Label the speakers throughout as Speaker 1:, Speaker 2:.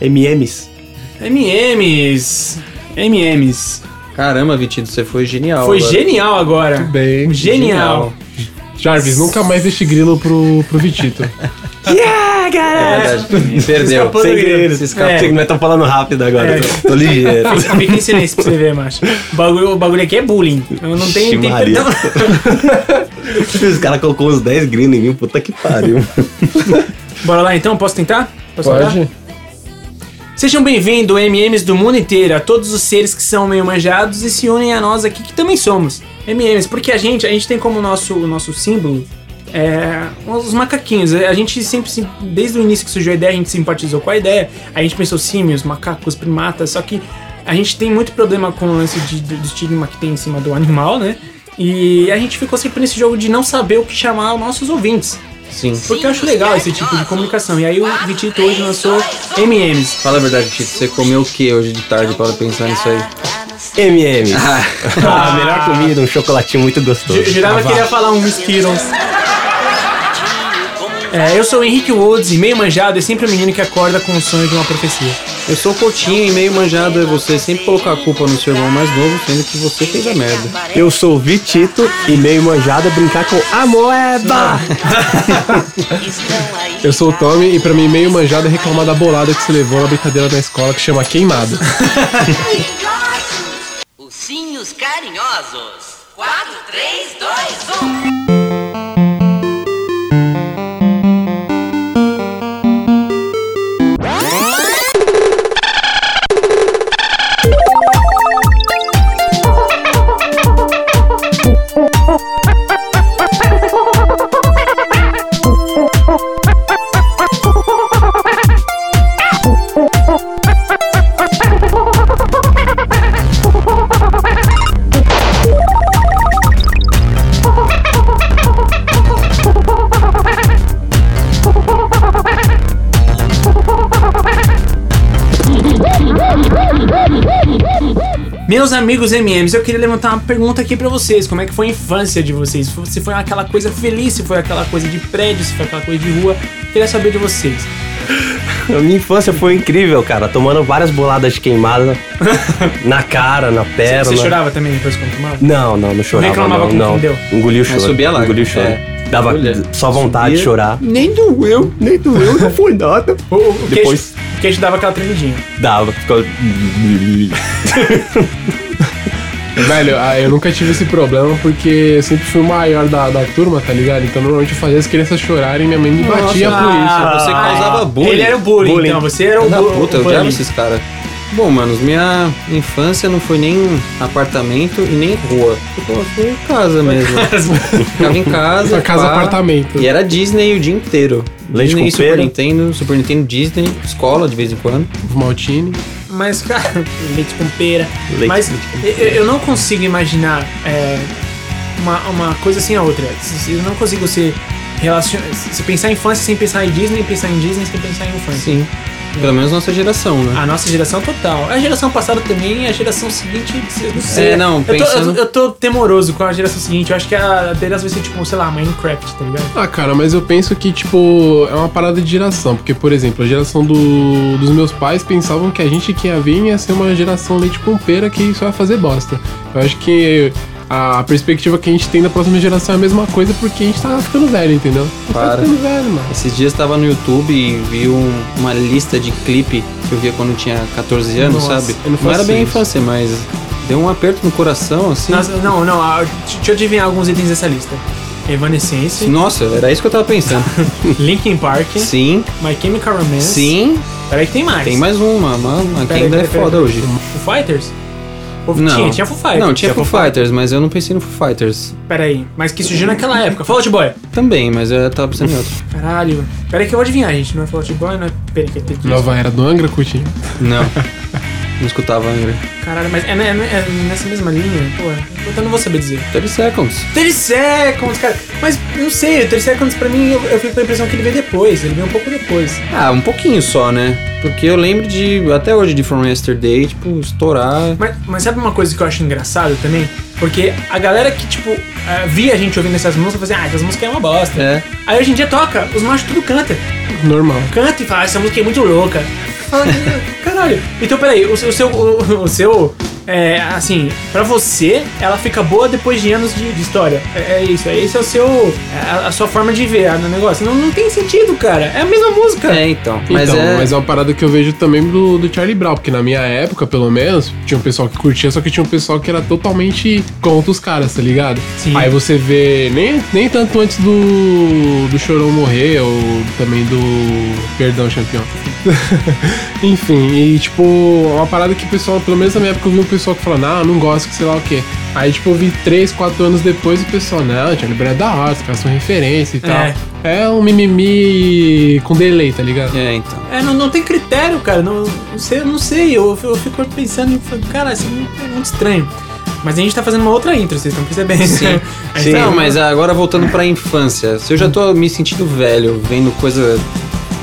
Speaker 1: MMs.
Speaker 2: MMs. MMs.
Speaker 3: Caramba, Vitinho, você foi genial.
Speaker 2: Foi
Speaker 3: agora.
Speaker 2: genial agora.
Speaker 4: Muito bem.
Speaker 2: Genial.
Speaker 4: Jarvis, nunca mais deixe grilo pro, pro Vitito.
Speaker 2: Yeah,
Speaker 3: É
Speaker 2: galera!
Speaker 3: verdade. Perdeu.
Speaker 2: Escapou do
Speaker 3: Sem
Speaker 2: grilo.
Speaker 3: grilo, se escapou.
Speaker 2: É.
Speaker 3: Mas estão falando rápido agora.
Speaker 2: É.
Speaker 3: Tô, tô ligeiro.
Speaker 2: Fica, fica em silêncio é pra você ver, macho. O bagulho, o bagulho aqui é bullying. Eu não tenho
Speaker 3: Ixi,
Speaker 2: tem
Speaker 3: Maria.
Speaker 2: perdão.
Speaker 3: Os caras colocou uns 10 grilos em mim, puta que pariu.
Speaker 2: Bora lá então, posso tentar? Posso
Speaker 4: Pode?
Speaker 2: tentar? Sejam bem-vindos, MMs do mundo inteiro, a todos os seres que são meio manjados e se unem a nós aqui que também somos. MMs, porque a gente, a gente tem como nosso, o nosso símbolo é, os macaquinhos. A gente sempre, se- desde o início que surgiu a ideia, a gente simpatizou com a ideia. A gente pensou símios, macacos, primatas, só que a gente tem muito problema com o lance de- do, do estigma que tem em cima do animal, né? E a gente ficou sempre nesse jogo de não saber o que chamar os nossos ouvintes.
Speaker 3: Sim.
Speaker 2: Porque eu acho legal esse tipo de comunicação. E aí o Vitito hoje lançou MMs.
Speaker 3: Fala a verdade, Tito, você comeu o que hoje de tarde para pensar nisso aí?
Speaker 1: MMs. Ah, a melhor comida, um chocolatinho muito gostoso.
Speaker 2: Eu jurava que ele ia falar um Skittles. É, eu sou o Henrique Woods e meio manjado é sempre o menino que acorda com o sonho de uma profecia.
Speaker 3: Eu sou Coutinho e meio manjado é você sempre colocar a culpa no seu irmão mais novo, sendo que você fez a merda.
Speaker 1: Eu sou o Vitito e meio manjado é brincar com a
Speaker 2: Ah.
Speaker 1: moeda.
Speaker 4: Eu sou o Tommy e pra mim meio manjado é reclamar da bolada que você levou na brincadeira da escola que chama queimado.
Speaker 5: Ursinhos carinhosos. 4, 3, 2, 1.
Speaker 2: Meus amigos MMs, eu queria levantar uma pergunta aqui pra vocês. Como é que foi a infância de vocês? Se foi aquela coisa feliz, se foi aquela coisa de prédio, se foi aquela coisa de rua. Queria saber de vocês.
Speaker 1: A minha infância foi incrível, cara. Tomando várias boladas de queimada na cara, na perna.
Speaker 2: Você
Speaker 3: né?
Speaker 2: chorava também depois quando tomava?
Speaker 1: Não, não, não chorava.
Speaker 2: Reclamava
Speaker 1: não,
Speaker 2: como
Speaker 1: não.
Speaker 2: que deu.
Speaker 1: Engoliu o choro.
Speaker 3: subia lá.
Speaker 1: Engoliu o choro.
Speaker 3: É.
Speaker 1: Dava
Speaker 3: Olha,
Speaker 1: só vontade de
Speaker 3: subia.
Speaker 1: chorar.
Speaker 2: Nem doeu.
Speaker 1: Nem doeu, não foi nada.
Speaker 2: O, o,
Speaker 1: Depois-
Speaker 2: queixo, o queixo dava aquela tremidinha.
Speaker 1: Dava, ficou.
Speaker 4: Velho, ah, eu nunca tive esse problema porque eu sempre fui o maior da, da turma, tá ligado? Então normalmente eu fazia as crianças chorarem e minha mãe me batia por
Speaker 2: Ah.
Speaker 4: isso.
Speaker 3: Ah, Você causava bullying.
Speaker 2: Ele era o bullying,
Speaker 1: Bullying.
Speaker 2: então. Você era o,
Speaker 3: Filha da
Speaker 2: bu- o
Speaker 3: puta, eu odiava
Speaker 2: bullying.
Speaker 3: esses caras. Bom, manos, minha infância não foi nem apartamento e nem rua. Pô, foi em casa mesmo. Ficava em casa.
Speaker 4: Sua casa
Speaker 3: pá.
Speaker 4: apartamento.
Speaker 3: E era Disney o dia inteiro.
Speaker 1: Leite
Speaker 3: Disney,
Speaker 1: com
Speaker 3: Super
Speaker 1: pera.
Speaker 3: Nintendo, Super Nintendo, Disney, escola de vez em quando.
Speaker 4: Maltini.
Speaker 2: Mas, cara, leite com pera.
Speaker 1: Leite
Speaker 2: Mas
Speaker 1: com
Speaker 2: eu, eu não consigo imaginar é, uma, uma coisa sem a outra. Eu não consigo ser relacionar. Se pensar em infância sem pensar em Disney, pensar em Disney sem pensar em infância.
Speaker 3: Sim. Pelo menos nossa geração, né?
Speaker 2: A nossa geração total. A geração passada também, a geração seguinte, eu não sei.
Speaker 3: É, não,
Speaker 2: eu, tô,
Speaker 3: pensando-
Speaker 2: eu, eu tô temoroso com a geração seguinte. Eu acho que a delas vai ser tipo, sei lá, Minecraft, tá ligado?
Speaker 4: Ah, cara, mas eu penso que, tipo, é uma parada de geração. Porque, por exemplo, a geração do- dos meus pais pensavam que a gente que ia vir ia ser uma geração leite com pera que só ia fazer bosta. Eu acho que a perspectiva que a gente tem da próxima geração é a mesma coisa porque a gente tá ficando velho, entendeu? A gente
Speaker 3: Para.
Speaker 4: Tá ficando velho, mano.
Speaker 3: Esses dias tava no YouTube e vi um- uma lista de clipe que eu via quando eu tinha 14 anos,
Speaker 2: Nossa,
Speaker 3: sabe?
Speaker 4: eu não
Speaker 3: era
Speaker 4: faço
Speaker 3: bem
Speaker 4: isso.
Speaker 3: infância, mas deu um aperto no coração, assim.
Speaker 2: Nossa, não, não, ah, deixa eu adivinhar alguns itens dessa lista. Evanescence,
Speaker 3: Nossa, era isso que eu tava pensando.
Speaker 2: Linkin Park,
Speaker 3: Sim,
Speaker 2: My Chemical Romance.
Speaker 3: sim.
Speaker 2: Peraí que tem mais.
Speaker 3: Tem mais uma, mano. Aqui
Speaker 2: Peraí,
Speaker 3: ainda é
Speaker 2: peraí, peraí,
Speaker 3: foda
Speaker 2: peraí.
Speaker 3: hoje.
Speaker 2: Foo Fighters? Ou
Speaker 3: Não.
Speaker 2: Tinha, tinha Foo Fighters.
Speaker 3: Não, tinha Foo Fighters, mas eu não pensei no Foo Fighters.
Speaker 2: Peraí, mas que surgiu naquela época. Fallout Boy.
Speaker 3: Também, mas eu tava pensando em outro.
Speaker 2: Caralho. Peraí que eu vou adivinhar, gente. Não é Fallout Boy, não é... Peraí que tem que...
Speaker 4: Nova era do Angra, Coutinho.
Speaker 3: Não. Não escutava Angra.
Speaker 2: Caralho, mas é, é- é nessa mesma linha? Pô, eu não vou saber dizer.
Speaker 3: 30 Seconds.
Speaker 2: 30 Seconds, cara. Mas eu não sei, o 30 Seconds pra mim, eu, eu fico com a impressão que ele veio depois. Ele veio um pouco depois.
Speaker 3: Ah, um pouquinho só, né? Porque eu lembro de, até hoje, de From Yesterday, tipo, estourar.
Speaker 2: Mas, mas sabe uma coisa que eu acho engraçado também? Porque a galera que, tipo, ah, via a gente ouvindo essas músicas, fazia, ah, essas músicas é uma bosta.
Speaker 3: É.
Speaker 2: Aí hoje em dia toca, os machos tudo canta. "Ah,
Speaker 4: Normal.
Speaker 2: Canta e fala, essa música é muito louca. fala que. Caralho. Então, peraí, o seu. O seu, o- o seu, é, assim, pra você, ela fica boa depois de anos de, de história. É, é isso, é esse é o seu. é a, a sua forma de ver a- no negócio. Não, não tem sentido, cara. É a mesma música.
Speaker 3: É, então. Mas
Speaker 4: então,
Speaker 3: é.
Speaker 4: mas é uma parada que eu vejo também do, do Charlie Brown, porque na minha época, pelo menos, tinha um pessoal que curtia, só que tinha um pessoal que era totalmente contra os caras, tá ligado?
Speaker 2: Sim.
Speaker 4: Aí você vê, nem, nem tanto antes do, do Chorão morrer, ou também do. Perdão, campeão. Enfim, e tipo, é uma parada que o pessoal, pelo menos na minha época, eu vi um pessoal que falando, ah, não gosto, que sei lá o quê. Aí, tipo, eu vi 3, 4 anos depois o pessoal, não, Charlie Brown é da hora, os caras são referência e tal.
Speaker 2: É.
Speaker 4: É um mimimi com delay, tá ligado?
Speaker 3: É, então.
Speaker 2: É, não, não tem critério, cara. Não, não sei, não sei. Eu, eu fico pensando em. falando, Cara, isso é muito estranho. Mas a gente tá fazendo uma outra intro, vocês estão percebendo. tá Sim.
Speaker 3: Sim, não, mas agora voltando pra infância. Se eu já tô me sentindo velho, vendo coisa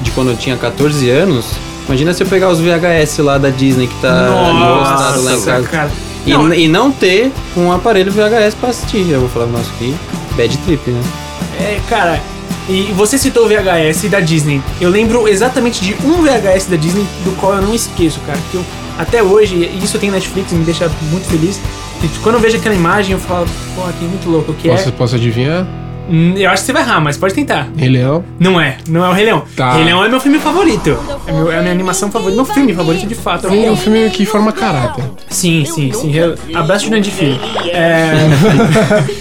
Speaker 3: de quando eu tinha 14 anos, imagina se eu pegar os VHS lá da Disney que tá encostado lá em
Speaker 2: Nossa,
Speaker 3: casa.
Speaker 2: cara.
Speaker 3: E e não, ter um aparelho VHS pra assistir. Eu vou falar, nossa, que bad trip, né?
Speaker 2: É, cara, e você citou o VHS da Disney. Eu lembro exatamente de um VHS da Disney do qual eu não esqueço, cara. Que eu, até hoje, e isso tem Netflix, me deixa muito feliz. E quando eu vejo aquela imagem, eu falo, pô, que muito louco que
Speaker 4: Posso,
Speaker 2: é.
Speaker 4: posso adivinhar?
Speaker 2: Hum, Eu acho que você vai errar, mas pode tentar.
Speaker 4: Rei Leão?
Speaker 2: Não é, não é o Rei Leão.
Speaker 4: Tá.
Speaker 2: Rei Leão é meu filme favorito. É, meu- é a minha animação favorita, meu filme favorito de fato.
Speaker 4: É um filme que forma caráter.
Speaker 2: Sim, sim, sim. Eu- Abraço de Grande Filho. É...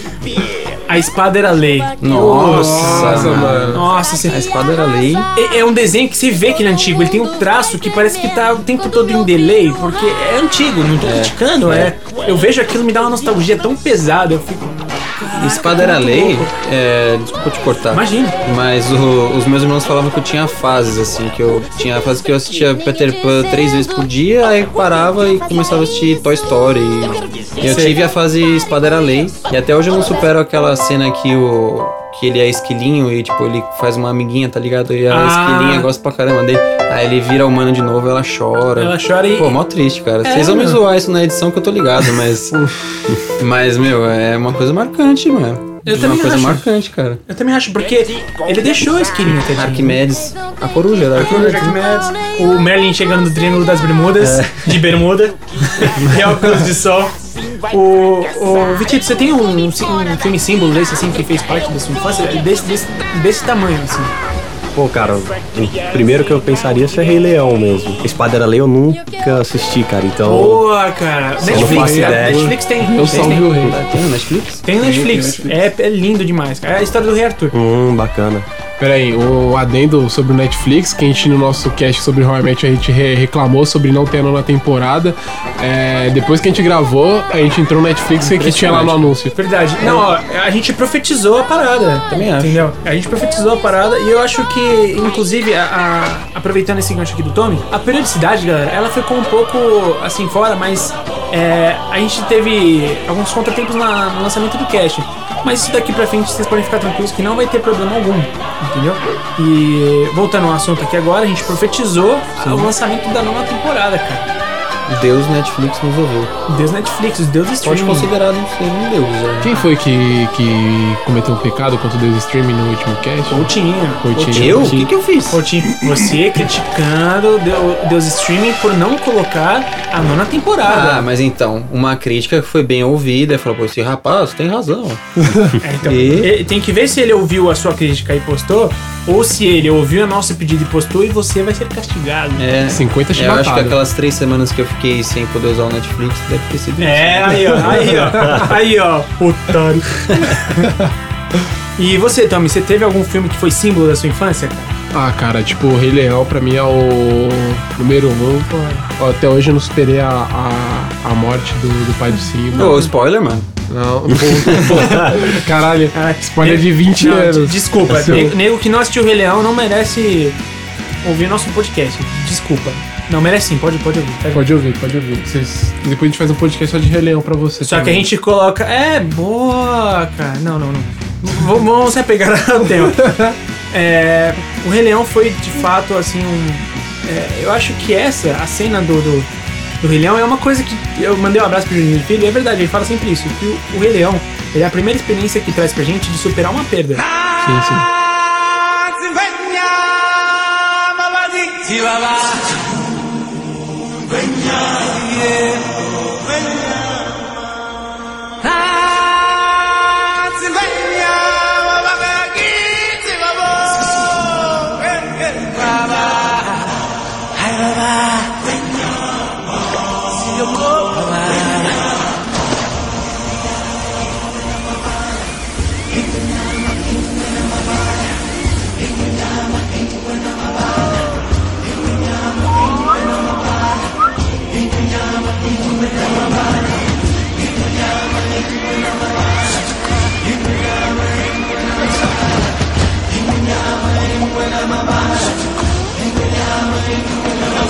Speaker 2: A Espada era Lei.
Speaker 4: Nossa, mano.
Speaker 2: Nossa, você...
Speaker 3: A espada era lei.
Speaker 2: É- É um desenho que se vê que ele é antigo. Ele tem um traço que parece que tá o tempo todo em delay, porque é antigo, não tô criticando. É. Eu vejo aquilo me dá uma nostalgia tão pesada. Eu fico. Ah,
Speaker 3: Espada era lei. É, desculpa te cortar.
Speaker 2: Imagina.
Speaker 3: Mas o- os meus irmãos falavam que eu tinha fases, assim, que eu tinha a fase que eu assistia Peter Pan três vezes por dia, aí eu parava e começava a assistir Toy Story. E eu tive a fase Espada era Lei, e até hoje eu não supero aquela cena que o. que ele é esquilinho e tipo, ele faz uma amiguinha, tá ligado? E a
Speaker 2: Ah.
Speaker 3: esquilinha gosta pra caramba dele. Aí ele vira humano de novo, ela chora.
Speaker 2: Ela chora e. É,
Speaker 3: Pô, mó triste, cara. Vocês vão me
Speaker 2: mano.
Speaker 3: zoar isso na edição que eu tô ligado, mas. mas, meu, é uma coisa marcante, mano. É
Speaker 2: Eu
Speaker 3: uma
Speaker 2: também
Speaker 3: coisa
Speaker 2: acho.
Speaker 3: marcante, cara.
Speaker 2: Eu também acho, porque ele deixou a esquilinha
Speaker 4: Ah,
Speaker 2: tadinho.
Speaker 3: Arquimedes. A coruja, era a coruja.
Speaker 2: O Merlin chegando no Triângulo das Bermudas, de Bermuda, e óculos de sol. O, o Vitito, você tem um, um, filme símbolo desse, assim, que fez parte da sua infância? É Desse, desse, desse tamanho, assim.
Speaker 1: Pô, cara, o primeiro que eu pensaria seria Rei Leão mesmo. Espada era Lei eu nunca assisti, cara, então.
Speaker 2: Boa, cara.
Speaker 1: não
Speaker 2: Netflix,
Speaker 1: faço
Speaker 2: cara.
Speaker 1: ideia.
Speaker 2: Netflix tem.
Speaker 4: Eu
Speaker 2: Netflix
Speaker 4: salve
Speaker 2: tem.
Speaker 4: É o rei.
Speaker 3: Tem no Tá Netflix?
Speaker 2: Tem Netflix. É, é lindo demais, cara. É a história do Rei Arthur.
Speaker 1: Hum, bacana.
Speaker 4: Pera aí, o adendo sobre o Netflix, que a gente no nosso cast sobre How I Met, a gente re- reclamou sobre não ter a nona temporada. É, depois que a gente gravou, a gente entrou no Netflix e que tinha lá no anúncio.
Speaker 2: Verdade.
Speaker 3: Ah,
Speaker 2: Não, ó, a gente profetizou a parada.
Speaker 3: Também acho.
Speaker 2: Entendeu? A gente profetizou a parada e eu acho que, inclusive, a- a- aproveitando esse gancho aqui do Tommy, a periodicidade, galera, ela ficou um pouco assim fora, mas é, a gente teve alguns contratempos na- no lançamento do cast. Mas isso daqui pra frente vocês podem ficar tranquilos que não vai ter problema algum, entendeu? E voltando ao assunto aqui agora, a gente profetizou o lançamento da nova temporada, cara.
Speaker 3: Deus Netflix nos ouviu.
Speaker 2: Deus Netflix, os deuses
Speaker 3: Pode
Speaker 2: streaming.
Speaker 3: considerar não ser um Deus, né?
Speaker 4: Quem foi que, que cometeu um pecado contra Deus Streaming no último cast?
Speaker 2: Coutinho.
Speaker 4: Coutinho.
Speaker 3: Eu? O que, que eu fiz?
Speaker 2: Coutinho, você criticando o Deu- o Deus Streaming por não colocar a nona temporada.
Speaker 3: Ah, mas então, uma crítica que foi bem ouvida, falou, pô, esse rapaz tem razão.
Speaker 2: É, então,
Speaker 3: e-
Speaker 2: ele- Tem que ver se ele ouviu a sua crítica e postou, ou se ele ouviu o nosso pedido e postou e você vai ser castigado.
Speaker 3: É,
Speaker 4: 50
Speaker 3: eu acho que
Speaker 4: chibatadas.
Speaker 3: aquelas três semanas que eu fiquei sem poder usar o Netflix deve ter sido
Speaker 2: É, aí ó, aí ó, aí ó, otário. E você, Tommy, você teve algum filme que foi símbolo da sua infância, cara?
Speaker 4: Ah, cara, tipo, o Rei Leão pra mim é o número um. Ó, Até hoje eu não superei a, a, a morte do, do pai do Simba.
Speaker 3: isso. Ô, spoiler, mano.
Speaker 4: Não, pô, Caralho,
Speaker 2: Caralho.
Speaker 4: Ah, spoiler de 20
Speaker 2: Não, de-
Speaker 4: anos.
Speaker 2: desculpa,
Speaker 4: Assim,
Speaker 2: ne- nego que não assistiu o Rei Leão não merece ouvir nosso podcast. Desculpa. Não, merece sim, pode, pode ouvir. tá Pode
Speaker 4: Pode ouvir, pode ouvir. Vocês- Depois a gente faz um podcast só de Rei Leão pra você.
Speaker 2: Só que a
Speaker 4: também.
Speaker 2: gente coloca. É, boa, cara. Não, não, não. V- Vamos se apegar ao tema. É, o Rei Leão foi de fato assim um. é, eu acho que essa, a cena do, do, do Rei Leão, é uma coisa que. Eu mandei um abraço pro Juninho Filho, e é verdade, ele fala sempre isso, que o, o Rei Leão ele é a primeira experiência que traz pra gente de superar uma perda.
Speaker 4: Sim, sim.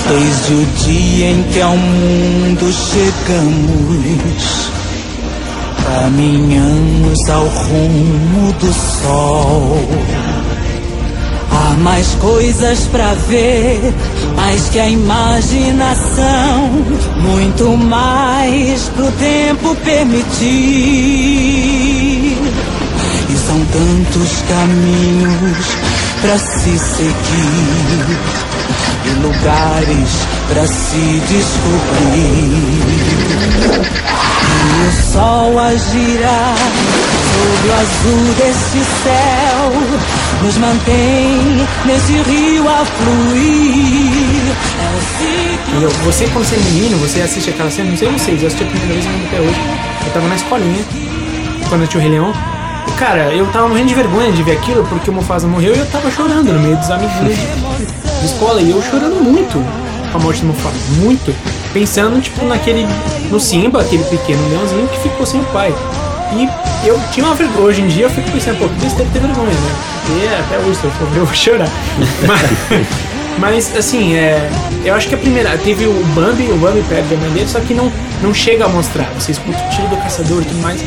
Speaker 6: Desde o dia em que ao mundo chegamos, caminhamos ao rumo do sol. Há mais coisas pra ver, mais que a imaginação, muito mais pro tempo permitir. E são tantos caminhos pra se seguir e lugares pra se descobrir. E o sol a girar sobre o azul deste céu nos mantém nesse rio a fluir. É o ciclo.
Speaker 2: E eu- você, quando você é menino, você assiste aquela cena, não sei vocês, eu assisti a primeira vez, não lembro até hoje. Eu tava na escolinha, quando eu tinha o Rei Leão. E, cara, eu tava morrendo de vergonha de ver aquilo, porque o Mufasa morreu e eu tava chorando no meio dos amiguinhos de, de escola. E eu chorando muito com a morte do Mufasa, muito. Pensando, tipo, naquele, no Simba, aquele pequeno leãozinho que ficou sem o pai. E eu tinha uma vergonha. Hoje em dia eu fico pensando, pô, que deve ter vergonha, né? Porque até hoje, se eu for ver, eu vou chorar. Mas... Mas assim, é, eu acho que a primeira. Teve o Bambi, o Bambi perde a mãe dele, só que não, não chega a mostrar. Você escuta o tiro do caçador e tudo mais. O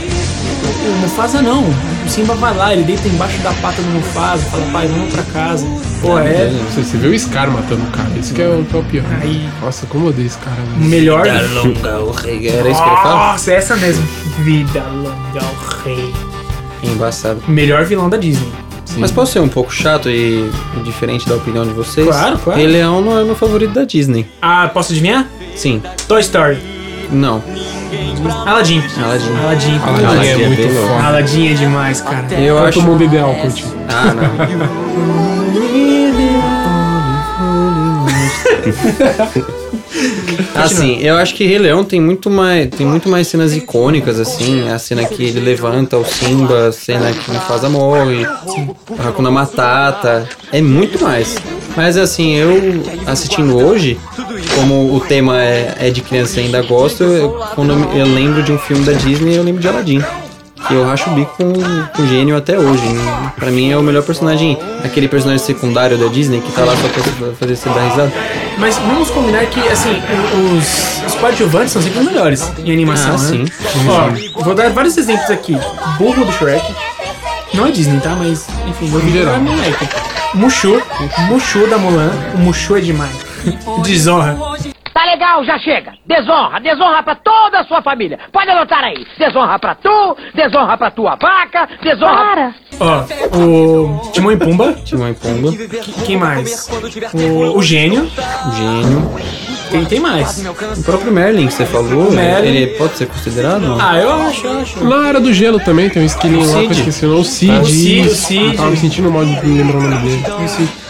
Speaker 2: o Mufasa não. O Simba vai lá, ele deita embaixo da pata do Mufasa, fala, pai, vamos pra casa. Pô, é
Speaker 4: Você, você viu o Scar matando o cara, isso que é o, que é o pior.
Speaker 2: Aí.
Speaker 4: Nossa, como eu odeio esse cara,
Speaker 2: o
Speaker 4: velho.
Speaker 2: melhor.
Speaker 3: Vida longa ao rei. Era é isso que ele falava?
Speaker 2: Nossa, essa mesmo. Vida longa ao rei.
Speaker 3: Embaçado.
Speaker 2: Melhor vilão da Disney.
Speaker 3: Mas posso ser um pouco chato e diferente da opinião de vocês?
Speaker 2: Claro, claro.
Speaker 3: Rei Leão não é meu favorito da Disney.
Speaker 2: Ah, posso adivinhar?
Speaker 3: Sim.
Speaker 2: Toy Story.
Speaker 3: Não.
Speaker 2: Aladdin.
Speaker 3: Aladdin.
Speaker 2: Aladdin.
Speaker 4: Aladdin
Speaker 3: Aladdin
Speaker 4: é
Speaker 3: é
Speaker 4: muito
Speaker 3: bem
Speaker 4: foda.
Speaker 2: Aladdin é demais, cara.
Speaker 3: Eu
Speaker 4: Quanto
Speaker 3: acho.
Speaker 4: mundo ideal, Coutinho?
Speaker 3: Ah, não. Assim, eu acho que Rei Leão tem muito mais, tem muito mais cenas icônicas, assim. A cena que ele levanta o Simba, a cena que o Mufasa morre, a Hakuna Matata. É muito mais. Mas assim, eu assistindo hoje, como o tema é, é de criança e ainda gosto, eu, quando eu, me- eu lembro de um filme da Disney, eu lembro de Aladdin. Que eu racho o bico com, com o gênio até hoje. Pra mim é o melhor personagem, aquele personagem secundário da Disney que tá lá só pra fazer você dar risada.
Speaker 2: Mas vamos combinar que, assim, o- os, os coadjuvantes são sempre os melhores em animação, né?
Speaker 3: Ah, sim.
Speaker 2: Ó, vou dar vários exemplos aqui. Burro do Shrek. Não é Disney, tá? Mas, enfim, eu vi
Speaker 4: geral.
Speaker 2: lá moleque. Mushu. Mushu da Mulan. O Mushu é demais. Desonra.
Speaker 7: Tá legal, já chega. Desonra, desonra pra toda a sua família. Pode anotar aí. Desonra pra tu, desonra pra tua vaca, desonra...
Speaker 8: Para!
Speaker 2: Ó, o Timão e Pumba.
Speaker 3: Timão e Pumba,
Speaker 2: Quem mais? O, o Gênio.
Speaker 3: o gênio.
Speaker 2: Quem tem mais?
Speaker 3: O próprio Merlin que você falou, né?
Speaker 2: Merlin.
Speaker 3: ele pode ser considerado?
Speaker 2: Ah, eu acho, eu acho.
Speaker 4: Na Era do Gelo também tem um esquilinho lá que eu
Speaker 3: Cid.
Speaker 4: esqueci o nome. O Cid.
Speaker 2: O Cid, o
Speaker 4: isso.
Speaker 2: Cid.
Speaker 4: Eu tava me sentindo mal de não lembrar o nome dele.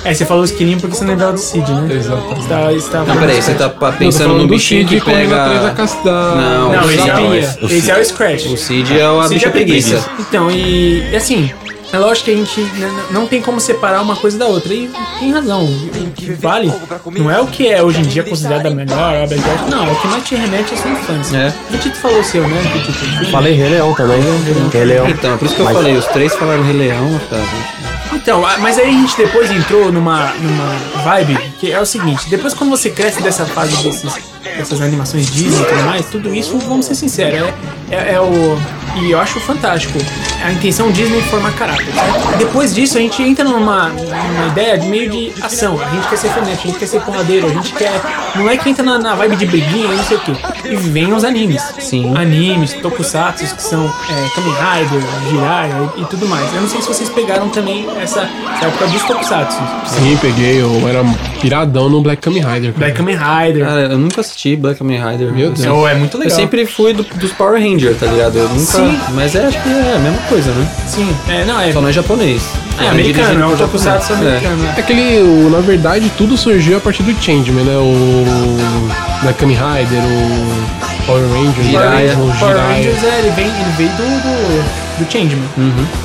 Speaker 2: É, você falou esquilinho porque você não lembrava do Cid, né?
Speaker 4: Exatamente.
Speaker 2: Você tá, você tá
Speaker 3: Não, peraí, você tá pa- pensando
Speaker 4: falando
Speaker 3: no
Speaker 4: do
Speaker 3: bichinho
Speaker 4: Cid
Speaker 3: que
Speaker 4: correndo
Speaker 2: é
Speaker 4: atrás da
Speaker 3: pega...
Speaker 4: cas- da-
Speaker 3: Não,
Speaker 2: Não,
Speaker 3: o
Speaker 2: esse
Speaker 3: Cid
Speaker 2: é
Speaker 3: não,
Speaker 2: o
Speaker 3: esse-
Speaker 2: Pinha. Esse é o Scratch.
Speaker 3: O Cid é a
Speaker 2: Cid
Speaker 3: bicha
Speaker 2: é preguiça.
Speaker 3: preguiça.
Speaker 2: Então, e e assim, é lógico que a gente né, não tem como separar uma coisa da outra. E tem razão. O que vale não é o que é hoje em dia considerado a melhor obra de arte, não. É o que mais te remete à sua infância.
Speaker 3: É.
Speaker 2: O Tito falou o seu, né? que o Tito?
Speaker 1: Falei Rei Leão também. né? Rei Leão.
Speaker 3: Então, é por isso que eu
Speaker 1: Mas-
Speaker 3: falei, os três falaram Rei Leão, tá? Otávio.
Speaker 2: Então, a- mas aí a gente depois entrou numa, numa vibe que é o seguinte: depois quando você cresce dessa fase desses, dessas animações Disney e tudo mais, tudo isso, vamos ser sinceros, é, é, é o. E eu acho fantástico. A intenção Disney é formar caráter. certo? Depois disso, a gente entra numa, numa ideia de meio de ação. A gente quer ser frenético, a gente quer ser porradeiro, a gente quer. Não é que entra na, na vibe de briguinha e não sei o quê. E vem os animes.
Speaker 3: Sim.
Speaker 2: Animes, tokusatsu, que são é, Kamen Rider, Jiraiya e, e tudo mais. Eu não sei se vocês pegaram também essa, essa época dos tokusatsu.
Speaker 4: Sim, peguei. Eu era piradão no Black Kamen Rider. cara.
Speaker 2: Black Kamen Rider.
Speaker 3: Cara, eu nunca assisti Black Kamen Rider.
Speaker 4: Meu Deus.
Speaker 2: Oh, é muito
Speaker 3: Eu
Speaker 2: legal.
Speaker 3: sempre fui do- dos Power Ranger, tá ligado? Eu nunca.
Speaker 2: Sim.
Speaker 3: Mas é, acho que é a mesma coisa, né?
Speaker 2: Sim. É, não, é.
Speaker 3: Só não é japonês.
Speaker 2: É americano, é um tokusatsu americano. né?
Speaker 4: É que ele, o- na verdade, tudo surgiu a partir do Changeman, né? O Black Kamen Rider, o Power Ranger,
Speaker 3: Jiraiya.
Speaker 4: o
Speaker 2: Power
Speaker 4: Jiraiya.
Speaker 2: Rangers, é, ele, vem, ele veio do, do, do Changeman,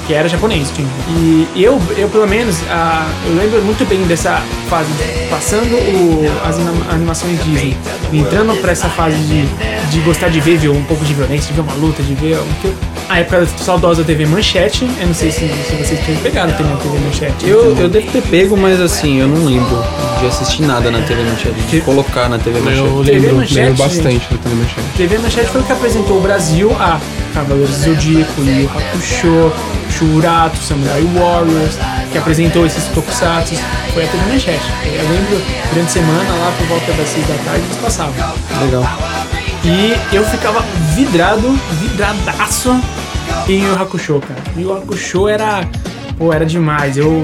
Speaker 2: que era japonês, o Changeman. E eu, eu pelo menos, ah, eu lembro muito bem dessa fase, passando o- as anima- animações Disney, entrando pra essa fase de, de gostar de ver, ver um pouco de violência, de ver uma luta, de ver... o que- A época saudosa TV Manchete, eu não sei se, se vocês pegaram também a TV Manchete.
Speaker 3: É. Eu, eu devo ter pego, mas assim, eu não lembro de assistir nada na TV Manchete, de colocar na TV
Speaker 4: Eu
Speaker 3: Manchete.
Speaker 4: lembro,
Speaker 2: é Manchete,
Speaker 4: lembro
Speaker 2: gente.
Speaker 4: bastante da TV Manchete.
Speaker 2: TV Manchete foi o que apresentou o Brasil a Cavaleiros do Zodíaco, Yu Yu Hakusho, Shurato, Samurai Warriors, que apresentou esses tokusatsu, foi a TV Manchete. Eu lembro, durante a semana, lá por volta das 6 da tarde, eles passavam.
Speaker 3: Legal.
Speaker 2: E eu ficava vidrado, vidradaço em Yu Yu Hakusho, cara. Yu Yu Hakusho era. Pô, era demais. Eu.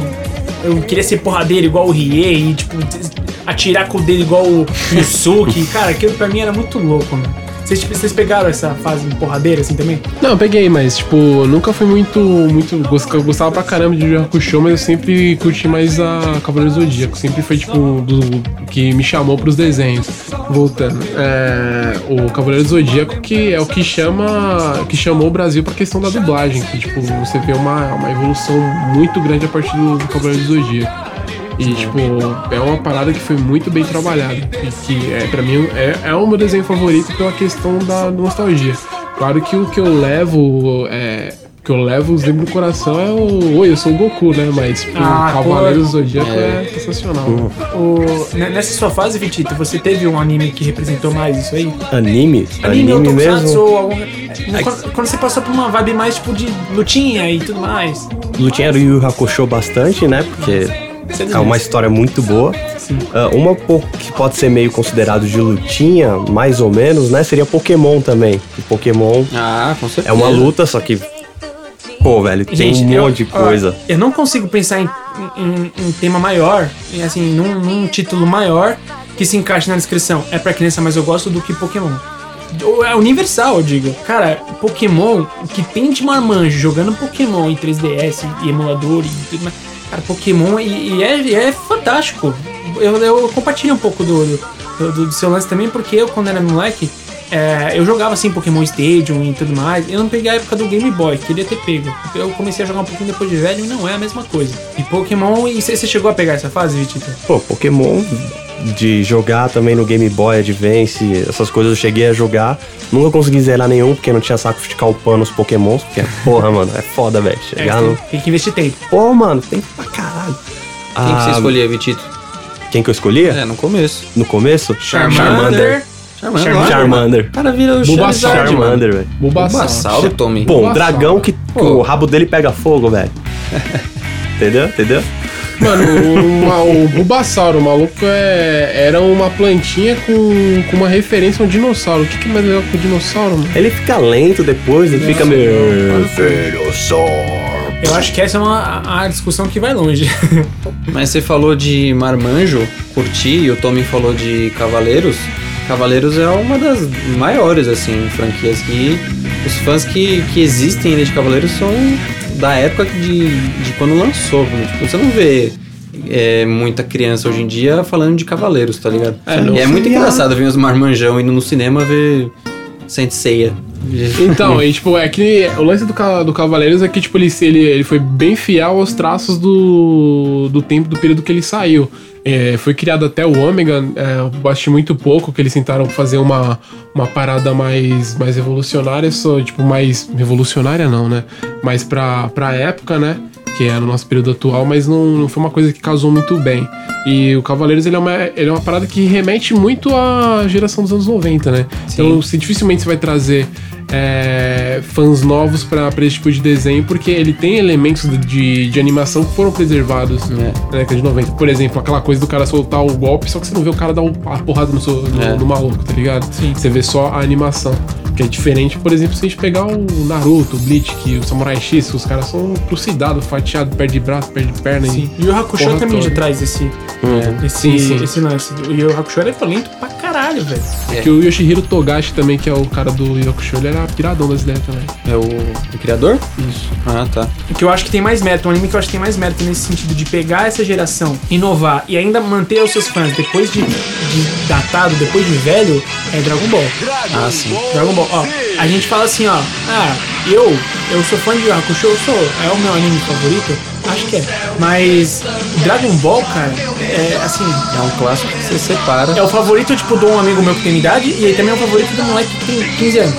Speaker 2: Eu queria ser porradeiro igual o Rie e, tipo, des- atirar com o dedo igual o Yusuke. cara, aquilo pra mim era muito louco, mano. Vocês, tipo, vocês pegaram essa fase porradeira assim também?
Speaker 4: Não, eu peguei, mas, tipo, eu nunca fui muito. muito gost- eu gostava pra caramba de jogar com o show, mas eu sempre curti mais a Cavaleiros do Zodíaco. Sempre foi, tipo, um do, que me chamou pros desenhos. Voltando. É, o Cavaleiros do Zodíaco, que é o que chama. que chamou o Brasil pra questão da dublagem. Que, tipo, você vê uma, uma evolução muito grande a partir do, do Cavaleiros do Zodíaco. E, tipo, é uma parada que foi muito bem trabalhada. E que, é, pra mim, é, é o meu desenho favorito pela questão da nostalgia. Claro que o que eu levo, é, que eu levo os livros no coração é o... Oi, eu sou o Goku, né? Mas, tipo,
Speaker 2: Ah,
Speaker 4: Cavaleiros do Zodíaco é, sensacional.
Speaker 2: O- ne- nessa sua fase, Vitito, você teve um anime que representou mais isso aí?
Speaker 1: Anime? Anime,
Speaker 2: ou tokusatsu
Speaker 1: mesmo?
Speaker 2: ou algum. Quando, quando você passou por uma vibe mais tipo de lutinha e tudo mais.
Speaker 1: Lutinha era o Yu Yu Hakusho bastante, né? Porque é uma história muito boa. Ah, uma po- que pode ser meio considerado de lutinha, mais ou menos, né? Seria Pokémon também. E Pokémon
Speaker 3: Ah, com
Speaker 1: é
Speaker 3: certeza.
Speaker 1: uma luta, só que. Pô, velho, tem um
Speaker 2: eu-
Speaker 1: monte de
Speaker 3: ah.
Speaker 2: ó,
Speaker 1: coisa.
Speaker 2: Eu não consigo pensar em, em, em tema maior, em, assim, num, num título maior que se encaixe na descrição. É pra criança, mas eu gosto do que Pokémon. Ou É universal, eu digo. Cara, Pokémon, o que tem de marmanjo jogando Pokémon em 3DS e emulador e tudo mais. Cara, Pokémon e, e é, e é fantástico. Eu, eu compartilho um pouco do, do, do- do seu lance também, porque eu, quando era moleque, é, eu jogava assim Pokémon Stadium e tudo mais. Eu não peguei a época do Game Boy, queria ter pego. Eu comecei a jogar um pouquinho depois de velho e não é a mesma coisa. E Pokémon, e você chegou a pegar essa fase, Vitito?
Speaker 1: Pô, Pokémon de jogar também no Game Boy Advance, essas coisas eu cheguei a jogar. Nunca consegui zerar nenhum, porque não tinha saco de ficar upando os Pokémons. Porque, porra, mano, é foda, velho.
Speaker 2: É,
Speaker 1: Chegar
Speaker 2: tem,
Speaker 1: no.
Speaker 2: tem que investir tempo.
Speaker 1: Pô, mano, tem pra caralho.
Speaker 3: Quem que você
Speaker 1: Ah,
Speaker 3: escolhia, Vitito?
Speaker 1: Quem que eu escolhia?
Speaker 3: É, no começo.
Speaker 1: No começo?
Speaker 3: Charmander.
Speaker 1: Charmander. Charmander.
Speaker 3: O cara vira o
Speaker 4: Bulbasaur.
Speaker 3: Charizard, mano.
Speaker 1: Charmander, velho.
Speaker 4: Bulbasaur.
Speaker 3: Bulbasauro, Tommy.
Speaker 1: Bom,
Speaker 4: Nossa,
Speaker 1: dragão que
Speaker 3: Pô.
Speaker 1: o rabo dele pega fogo, velho. Entendeu? Entendeu?
Speaker 4: Mano, o, o Bulbasauro, o maluco, é, era uma plantinha com, com uma referência a um dinossauro. O que, que é mais legal que o dinossauro, mano?
Speaker 1: Ele fica lento depois, ele fica meio.
Speaker 2: Eu acho que essa é uma a, a discussão que vai longe.
Speaker 3: Mas você falou de Marmanjo, curti, e o Tommy falou de Cavaleiros. Cavaleiros é uma das maiores, assim, franquias que os fãs que, que existem ainda de Cavaleiros são da época de, de quando lançou. né? Tipo, você não vê é, muita criança hoje em dia falando de Cavaleiros, tá ligado? e é muito engraçado ver os marmanjão indo no cinema ver Senseia.
Speaker 4: Então, e, tipo, é que o lance do, Ca- do Cavaleiros é que, tipo, ele, ele, ele foi bem fiel aos traços do, do tempo, do período que ele saiu. É, foi criado até o Ômega, é, eu assisti muito pouco que eles tentaram fazer uma, uma parada mais, mais revolucionária, só, tipo, mais revolucionária não, né? Mas pra, pra época, né? que é no nosso período atual, mas não, não foi uma coisa que casou muito bem. E o Cavaleiros ele é, uma, ele é uma parada que remete muito à geração dos anos 90, né? Então se dificilmente você vai trazer é, fãs novos pra, pra esse tipo de desenho, porque ele tem elementos de, de, de animação que foram preservados na década de 90. Por exemplo, aquela coisa do cara soltar o golpe, só que você não vê o cara dar um- a porrada no, seu- no-
Speaker 3: É.
Speaker 4: no maluco, tá ligado? Sim. Você vê só a animação. Que é diferente, por exemplo, se a gente pegar o Naruto, o Bleach, que o Samurai X, que os caras são trucidados, fatiados, perde braço, perde perna.
Speaker 2: Sim. E o Hakusho
Speaker 4: Porra
Speaker 2: também
Speaker 4: toda. É.
Speaker 2: já traz esse, esse,
Speaker 4: Sim, sim.
Speaker 2: esse lance. E o Hakusho era violento pra caralho, velho.
Speaker 3: É.
Speaker 4: E que o Yoshihiro Togashi também, que é o cara do Yokusho, ele era piradão das ideias também.
Speaker 3: É o, o criador?
Speaker 4: Isso.
Speaker 3: Ah, tá.
Speaker 2: Que eu acho que tem mais mérito, um anime que eu acho que tem mais mérito nesse sentido de pegar essa geração, inovar e ainda manter os seus fãs depois de, de datado, depois de velho, é Dragon Ball.
Speaker 3: Ah, sim.
Speaker 2: Dragon Ball, ó, a gente fala assim, ó, ah, eu, eu sou fã de Hakusho, eu sou, é o meu anime favorito, acho que é, mas Dragon Ball, cara, é assim,
Speaker 3: É um clássico que você separa.
Speaker 2: é o favorito, tipo, de um amigo meu que tem minha idade, e ele também é o favorito do moleque que tem 15 anos.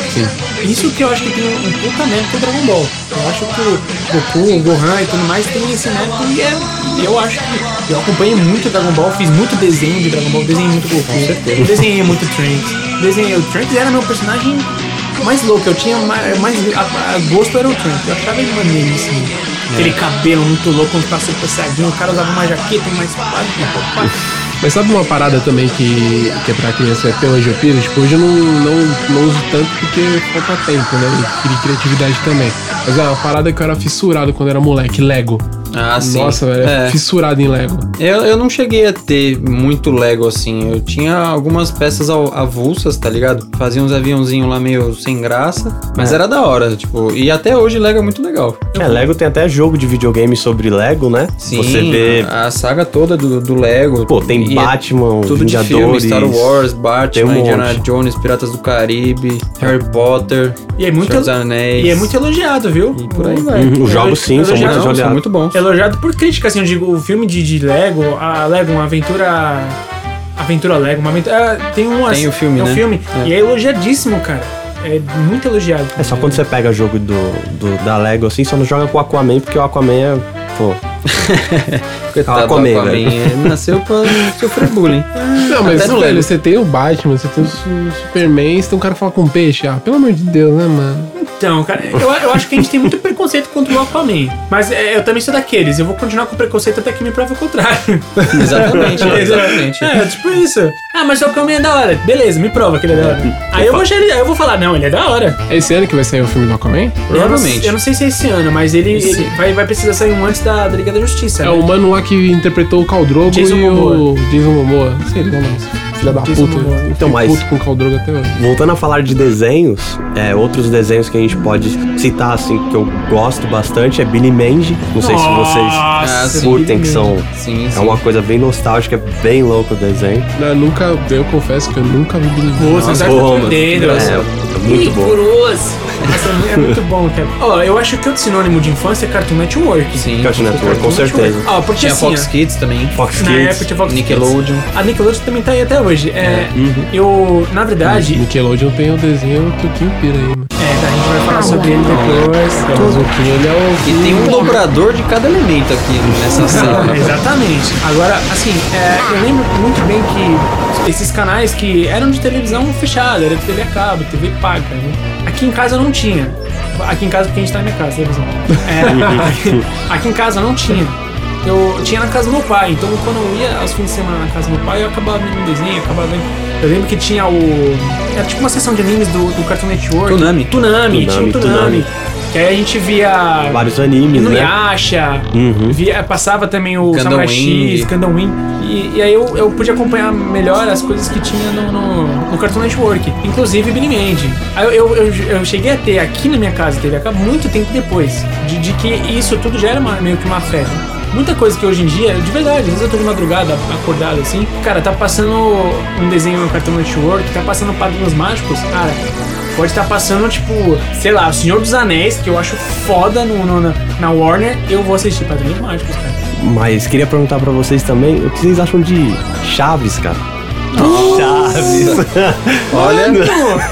Speaker 2: Isso que eu acho que tem um puta mérito do Dragon Ball. Eu acho que o Goku, o Gohan e tudo mais tem esse mérito e é, e eu acho que eu acompanhei muito Dragon Ball, fiz muito desenho de Dragon Ball, desenhei muito Goku, desenhei muito Trunks, desenhei o Trunks era meu personagem mais louco, eu tinha mais, mais a- a gosto era o Trunks, eu achava ele maneiro assim. Aquele cabelo muito louco, quando tá super saiyajin, o cara usava uma jaqueta, uma espada, pá, pá, pá.
Speaker 4: Mas sabe uma parada também que, que é pra criança é até hoje eu fiz? Tipo, hoje eu não, não, não uso tanto porque falta tempo, né? E cri- criatividade também. Mas é uma parada que eu era fissurado quando era moleque, Lego.
Speaker 3: Ah, sim.
Speaker 4: Nossa, velho, eu era
Speaker 3: É.
Speaker 4: fissurado em Lego.
Speaker 3: Eu, eu não cheguei a ter muito Lego assim. Eu tinha algumas peças av- avulsas, tá ligado? Fazia uns aviãozinhos lá meio sem graça. Mas era da hora, tipo. E até hoje Lego é muito legal.
Speaker 1: É, Lego tem até jogo de videogame sobre Lego, né?
Speaker 3: Sim,
Speaker 1: Você vê.
Speaker 3: a, a saga toda do, do Lego.
Speaker 1: Pô, tem
Speaker 3: E é
Speaker 1: Batman,
Speaker 3: Tudo de filme,
Speaker 1: Vingadores.
Speaker 3: Star Wars,
Speaker 1: Tem
Speaker 3: Batman,
Speaker 1: um
Speaker 3: Indiana
Speaker 1: monte.
Speaker 3: Jones, Piratas do Caribe, Harry Potter,
Speaker 2: E é muito-
Speaker 3: Senhor dos Anéis.
Speaker 2: E é muito elogiado, viu? Hum,
Speaker 3: E por aí vai.
Speaker 1: Uhum, os jogos sim, são
Speaker 2: elogiado.
Speaker 1: muito
Speaker 3: Não, são
Speaker 1: jogados.
Speaker 3: muito bons.
Speaker 2: Elogiado por crítica, assim, eu digo, o filme de, de Lego, a Lego, uma aventura. Aventura Lego, uma aventura. ah, tem um
Speaker 3: Tem o filme,
Speaker 2: é um
Speaker 3: né?
Speaker 2: filme.
Speaker 3: É.
Speaker 2: E é elogiadíssimo, cara. É muito elogiado.
Speaker 1: É só quando você pega jogo do, do- da Lego assim, só não joga com o Aquaman, porque o Aquaman é. Pô,
Speaker 3: Coitado do
Speaker 1: Aquaman,
Speaker 3: Aquaman,
Speaker 1: velho.
Speaker 3: ele nasceu pra sofrer bullying.
Speaker 4: Não, mas
Speaker 3: Até no
Speaker 4: velho,
Speaker 3: Lego.
Speaker 4: você tem o Batman, você tem o Su- Superman, você tem um cara que fala com peixe. Ah, pelo amor de Deus, né, mano?
Speaker 2: Então, cara, eu, eu acho que a gente tem muito preconceito contra o Aquaman. Mas é, eu também sou daqueles. Eu vou continuar com o preconceito até que me prove o contrário.
Speaker 3: Exatamente, exatamente.
Speaker 2: É, tipo isso. Ah, mas o Aquaman é da hora. Beleza, me prova que ele é da hora.
Speaker 1: Hum.
Speaker 2: Aí eu vou, achar ele- aí eu vou falar, não, ele é da hora.
Speaker 4: É esse ano que vai sair o filme do Aquaman?
Speaker 2: Eu não,
Speaker 3: Provavelmente.
Speaker 2: eu não sei se é esse ano, mas ele,
Speaker 3: Esse-
Speaker 2: ele vai, vai precisar sair um antes da, da Liga da Justiça.
Speaker 4: É
Speaker 2: né?
Speaker 4: o mano lá que interpretou o Caldrogo
Speaker 2: Jason
Speaker 4: e o
Speaker 2: Momoa.
Speaker 4: Jason Momoa. Não sei lá, mas filha da
Speaker 2: Jason
Speaker 4: puta.
Speaker 2: Momoa.
Speaker 4: Eu
Speaker 1: Então,
Speaker 4: fiquei
Speaker 1: mas-
Speaker 4: puto com o Caldrogo até hoje.
Speaker 1: voltando a falar de desenhos, é, outros desenhos que a gente pode citar, assim, que eu gosto bastante é Billy Mandy. Não sei se vocês
Speaker 3: Ah,
Speaker 2: Nossa,
Speaker 3: sim.
Speaker 1: curtem, que
Speaker 2: Billy
Speaker 1: são.
Speaker 3: Sim, sim.
Speaker 1: É uma coisa bem nostálgica, bem louca o desenho.
Speaker 4: Eu nunca, eu confesso que eu nunca vi Billy
Speaker 2: Pô, você tá
Speaker 1: Pô, mano,
Speaker 2: perdendo.
Speaker 1: é, muito bom.
Speaker 2: Essa mulher é muito bom, cara. Ó, eu acho que outro sinônimo de infância é Cartoon Network.
Speaker 3: Sim.
Speaker 1: Cartoon Network, com certeza.
Speaker 2: Ó, porque
Speaker 3: Tinha
Speaker 2: assim,
Speaker 3: Fox Kids também.
Speaker 1: Fox
Speaker 2: ó, na época
Speaker 1: Kids.
Speaker 2: tinha Fox Kids.
Speaker 3: Nickelodeon.
Speaker 2: A Nickelodeon também tá aí até hoje. É, Eu, na verdade,
Speaker 4: Nickelodeon tem o desenho que o Kim pira aí, mano.
Speaker 2: é, a gente vai falar sobre ele
Speaker 4: Mas
Speaker 2: depois.
Speaker 4: o Kim, ele é o...
Speaker 3: E tem um dobrador de cada elemento aqui nessa sala.
Speaker 2: Exatamente. Agora, assim, é, eu lembro muito bem que esses canais que eram de televisão fechada, era de TV a cabo, TV paga, né? Aqui em casa não tinha. Aqui em casa, porque a gente tá na minha casa, televisão. É, aqui, aqui em casa não tinha. Eu tinha na casa do meu pai, então quando eu ia aos fins de semana na casa do meu pai, eu acabava vendo um desenho, acabava vendo. Eu lembro que tinha o. Era tipo uma sessão de animes do, do Cartoon Network.
Speaker 3: Toonami.
Speaker 2: Tunami, tinha
Speaker 1: Toonami,
Speaker 2: o Tunami.
Speaker 1: Toonami.
Speaker 2: Que aí a gente via.
Speaker 1: Vários animes, né?
Speaker 2: Inuyasha,
Speaker 1: Uhum.
Speaker 2: via- passava também o
Speaker 3: Gundam
Speaker 2: Samurai
Speaker 3: Wing.
Speaker 2: X, Gundam Wing, e, e aí eu, eu pude acompanhar melhor as coisas que tinha no, no, no Cartoon Network, inclusive Billy Mandy. Aí eu, eu, eu, eu cheguei a ter aqui na minha casa TV a cabo muito tempo depois, de, de que isso tudo já era uma- meio que uma febre. Muita coisa que hoje em dia, de verdade, às vezes eu tô de madrugada acordado assim, cara, tá passando um desenho no Cartoon Network, tá passando Padrinhos Mágicos, cara, Pode estar passando, tipo, sei lá, O Senhor dos Anéis, que eu acho foda no, no- na, na Warner, eu vou assistir Padrinhos Mágicos, cara.
Speaker 1: Mas queria perguntar pra vocês também, o que vocês acham de Chaves, cara? Chaves.
Speaker 3: Olha,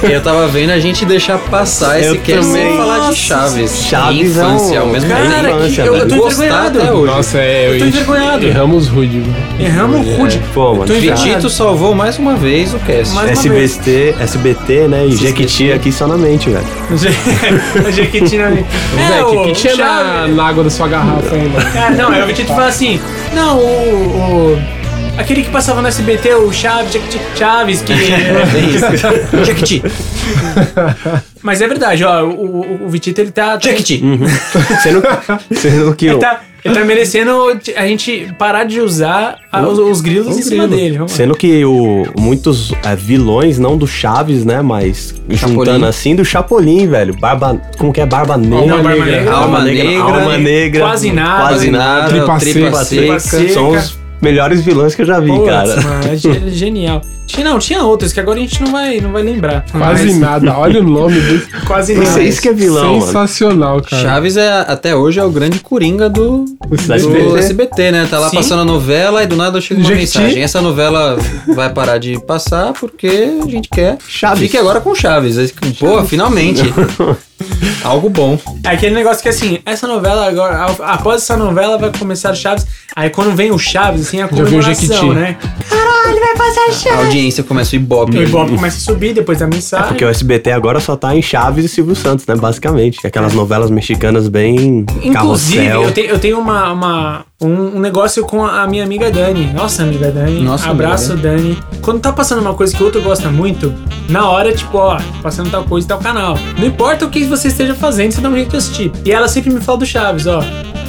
Speaker 3: eu tava vendo a gente deixar passar esse
Speaker 1: Eu
Speaker 3: cast sem
Speaker 1: também.
Speaker 3: falar de Chaves.
Speaker 1: Chaves é um-
Speaker 3: Infância, ao mesmo
Speaker 1: Cara,
Speaker 3: tempo.
Speaker 2: Cara, que
Speaker 1: infância,
Speaker 2: eu, eu tô
Speaker 1: velho.
Speaker 3: Gostar
Speaker 2: envergonhado.
Speaker 3: até hoje.
Speaker 4: Nossa, é.
Speaker 2: Eu tô
Speaker 4: a gente-
Speaker 2: envergonhado. É.
Speaker 4: Erramos rude.
Speaker 2: Erramos o rude.
Speaker 1: Pô,
Speaker 2: Eu
Speaker 1: mano,
Speaker 2: tô envergonhado.
Speaker 3: Vitito salvou mais uma vez o cast.
Speaker 2: Mas- mais uma
Speaker 1: SBT, SBT, né? E Jequiti aqui só na mente, velho.
Speaker 2: A Jequitinha ali.
Speaker 4: Zé,
Speaker 2: é
Speaker 4: é
Speaker 2: o
Speaker 4: o que tinha na,
Speaker 2: Chaves.
Speaker 4: na água da sua garrafa aí, mano?
Speaker 2: Cara, não, eu vi te falar assim. Não, o. o- Aquele que passava no SBT, o Chaves, Jequiti- Chaves, que.
Speaker 3: Jequiti,
Speaker 2: Mas é verdade, ó, o, o- o Vitito ele tá.
Speaker 3: Jequiti.
Speaker 1: Sendo, sendo que
Speaker 2: Ele
Speaker 1: o-
Speaker 2: tá, ele tá merecendo a gente parar de usar a- os, os grilos em cima dele. Vamos lá.
Speaker 1: Sendo que o, muitos é, vilões, não do Chaves, né? Mas juntando assim, do Chapolin, velho. Barba. Como que é? Barba Negra.
Speaker 2: Não, Barba Negra.
Speaker 1: Alma
Speaker 3: Alma
Speaker 1: Negra.
Speaker 3: Negra.
Speaker 1: Alma Negra.
Speaker 2: Quase nada.
Speaker 1: Quase nada.
Speaker 4: Tripa
Speaker 3: Nada, tripa
Speaker 4: seca.
Speaker 1: Tripa
Speaker 3: seca.
Speaker 1: seca. São os melhores vilões que eu já vi,
Speaker 2: Putz,
Speaker 1: cara.
Speaker 2: mano, é ge- genial. Tinha, não, tinha outros que agora a gente não vai, não vai lembrar.
Speaker 4: Quase
Speaker 2: Mas-
Speaker 4: nada. Olha o nome desse.
Speaker 2: Quase
Speaker 1: Isso,
Speaker 2: nada.
Speaker 1: é isso que é vilão, mano.
Speaker 4: Sensacional, cara.
Speaker 3: Chaves é, até hoje é o grande coringa do,
Speaker 1: Da
Speaker 3: do
Speaker 1: SBT.
Speaker 3: SBT, né? Tá lá
Speaker 2: Sim.
Speaker 3: passando a novela e do nada chega uma
Speaker 4: Jequiti.
Speaker 3: mensagem. Essa novela vai parar de passar porque a gente quer.
Speaker 1: Chaves.
Speaker 3: Fique agora com Chaves. Aí, Pô, finalmente. Algo bom.
Speaker 2: É aquele negócio que assim, essa novela agora, a- após essa novela vai começar o Chaves. Aí quando vem o Chaves, assim, é a
Speaker 4: vi o
Speaker 2: comemoração,
Speaker 4: Jequiti.
Speaker 2: né? Então,
Speaker 3: A audiência começa o Ibope.
Speaker 2: O Ibope começa a subir, depois a mensagem.
Speaker 1: É Porque o SBT agora só tá em Chaves e Silvio Santos, né? Basicamente. Aquelas novelas mexicanas bem.
Speaker 2: Inclusive,
Speaker 1: carrossel.
Speaker 2: eu, te- eu tenho uma, uma- um, um negócio com a minha amiga Dani. Nossa, amiga Dani.
Speaker 3: Nossa,
Speaker 2: Abraço, Dani. Quando tá passando uma coisa que o outro gosta muito, na hora, tipo, ó, passando tal coisa e tal canal. Não importa o que você esteja fazendo, você dá um jeito de assistir. E ela sempre me fala do Chaves, ó.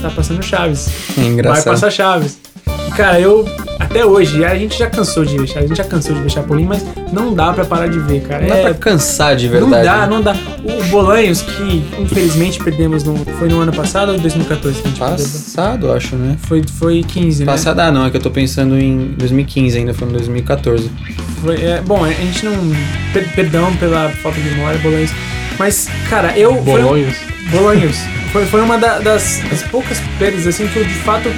Speaker 2: Tá passando Chaves.
Speaker 3: É engraçado.
Speaker 2: Vai passar Chaves. Cara, eu. Até hoje, a gente já cansou de ver Chaves, a gente já cansou de ver Chapolin, mas não dá pra parar de ver, cara.
Speaker 3: Não dá
Speaker 2: É-
Speaker 3: pra cansar de verdade. né?
Speaker 2: não dá, não dá. O Bolanhos, que infelizmente perdemos no. Foi no ano passado ou em 2014 que a gente perdeu?
Speaker 3: Passado, acho, né?
Speaker 2: Foi, foi 15, né?
Speaker 3: Passado, ah, não, é que eu tô pensando em 2015 ainda, foi em 2014.
Speaker 2: Foi- é, bom, a gente não. per- perdão pela falta de memória, Bolanhos. Mas, cara, eu. foi- um
Speaker 4: Bolonhos.
Speaker 2: Bolanhos. Foi, foi uma da- das, das poucas perdas, assim, que eu de fato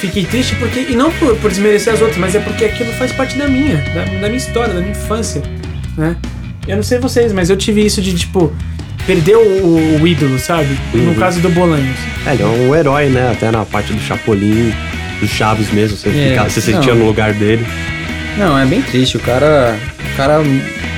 Speaker 2: fiquei triste, porque. E não por, por desmerecer as outras, mas é porque aquilo faz parte da minha, da, da minha história, da minha infância, né? Eu não sei vocês, mas eu tive isso de, tipo, perder o, o ídolo, sabe?
Speaker 4: Uhum.
Speaker 2: No caso do Bolanhos.
Speaker 1: É, ele é um herói, né? Até na parte do Chapolin, do Chaves mesmo. Você,
Speaker 3: É,
Speaker 1: ficava- você
Speaker 3: não.
Speaker 1: sentia no lugar dele.
Speaker 3: Não, é bem triste. O cara. O cara.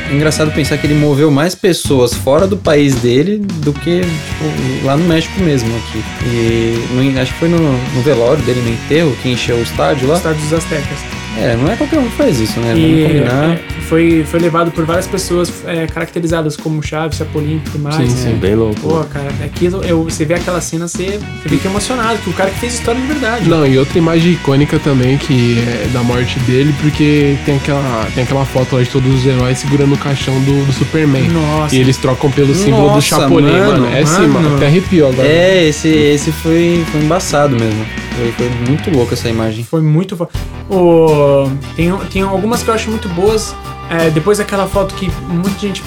Speaker 3: É engraçado pensar que ele moveu mais pessoas fora do país dele do que tipo, lá no México mesmo aqui. E no- acho que foi no, no velório dele no enterro que encheu o estádio lá.
Speaker 2: Estados dos Aztecas.
Speaker 3: É, não é qualquer um que faz isso, né?
Speaker 2: E
Speaker 3: Vamos combinar.
Speaker 2: é, foi, foi levado por várias pessoas é, caracterizadas como Chaves, Chapolin e tudo mais.
Speaker 4: Sim,
Speaker 2: né?
Speaker 4: sim.
Speaker 1: Bem louco.
Speaker 2: Pô, cara, aquilo, eu, você vê aquela cena, você, você fica emocionado, que o cara que fez história de verdade.
Speaker 4: Não, e outra imagem icônica também que é da morte dele, porque tem aquela, tem aquela foto lá de todos os heróis segurando o caixão do, do Superman.
Speaker 2: Nossa.
Speaker 4: E eles trocam pelo símbolo do
Speaker 3: Nossa,
Speaker 4: Chapolin, mano.
Speaker 3: mano,
Speaker 4: É sim,
Speaker 2: mano.
Speaker 4: mano. Até arrepiou agora.
Speaker 3: É, esse, esse foi, foi embaçado mesmo. Foi, foi muito louco essa imagem.
Speaker 2: Foi muito fo- o tem, tem algumas que eu acho muito boas. É, depois daquela foto que muita gente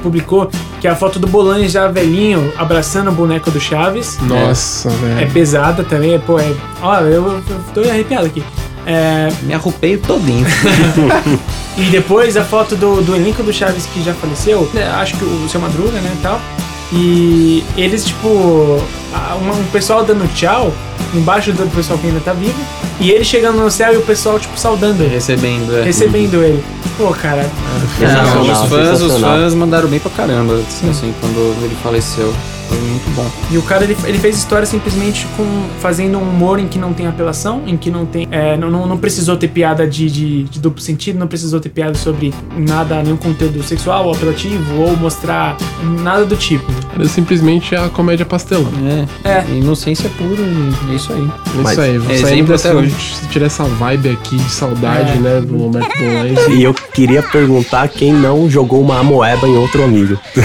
Speaker 2: publicou, que é a foto do Bolanho já velhinho, abraçando o boneco do Chaves.
Speaker 4: Nossa,
Speaker 2: É
Speaker 4: velho.
Speaker 2: pesada também, é, pô, é. Ó, eu, eu tô arrepiado aqui. É,
Speaker 3: Me arrupei todinho.
Speaker 2: E depois a foto do, do elenco do Chaves que já faleceu, né, acho que o seu Madruga, né, e tal. E eles, tipo, a- uma- um pessoal dando tchau, embaixo do pessoal que ainda tá vivo, e ele chegando no céu e o pessoal, tipo, saudando ele,
Speaker 3: Recebendo, é.
Speaker 2: recebendo ele. Pô, cara,
Speaker 3: Não,
Speaker 1: é Sensacional,
Speaker 3: os fãs, os
Speaker 1: sensacional.
Speaker 3: fãs mandaram bem pra caramba, assim, quando ele faleceu. Foi muito bom.
Speaker 2: e o cara, ele, ele fez história simplesmente com fazendo um humor em que não tem apelação, em que não tem. é, não, não, não precisou ter piada de, de, de duplo sentido, não precisou ter piada sobre nada, nenhum conteúdo sexual, apelativo, ou mostrar nada do tipo.
Speaker 4: Era simplesmente a comédia pastelana.
Speaker 3: É, inocência pura e é isso aí.
Speaker 4: É
Speaker 1: Mas
Speaker 4: isso aí,
Speaker 3: é
Speaker 4: você
Speaker 3: exemplo
Speaker 4: ainda
Speaker 3: até
Speaker 4: assim,
Speaker 3: hoje.
Speaker 4: se tirar essa vibe aqui de saudade, né, do Roberto Bolanhos.
Speaker 1: E eu queria perguntar quem não jogou uma amoeba em outro amigo.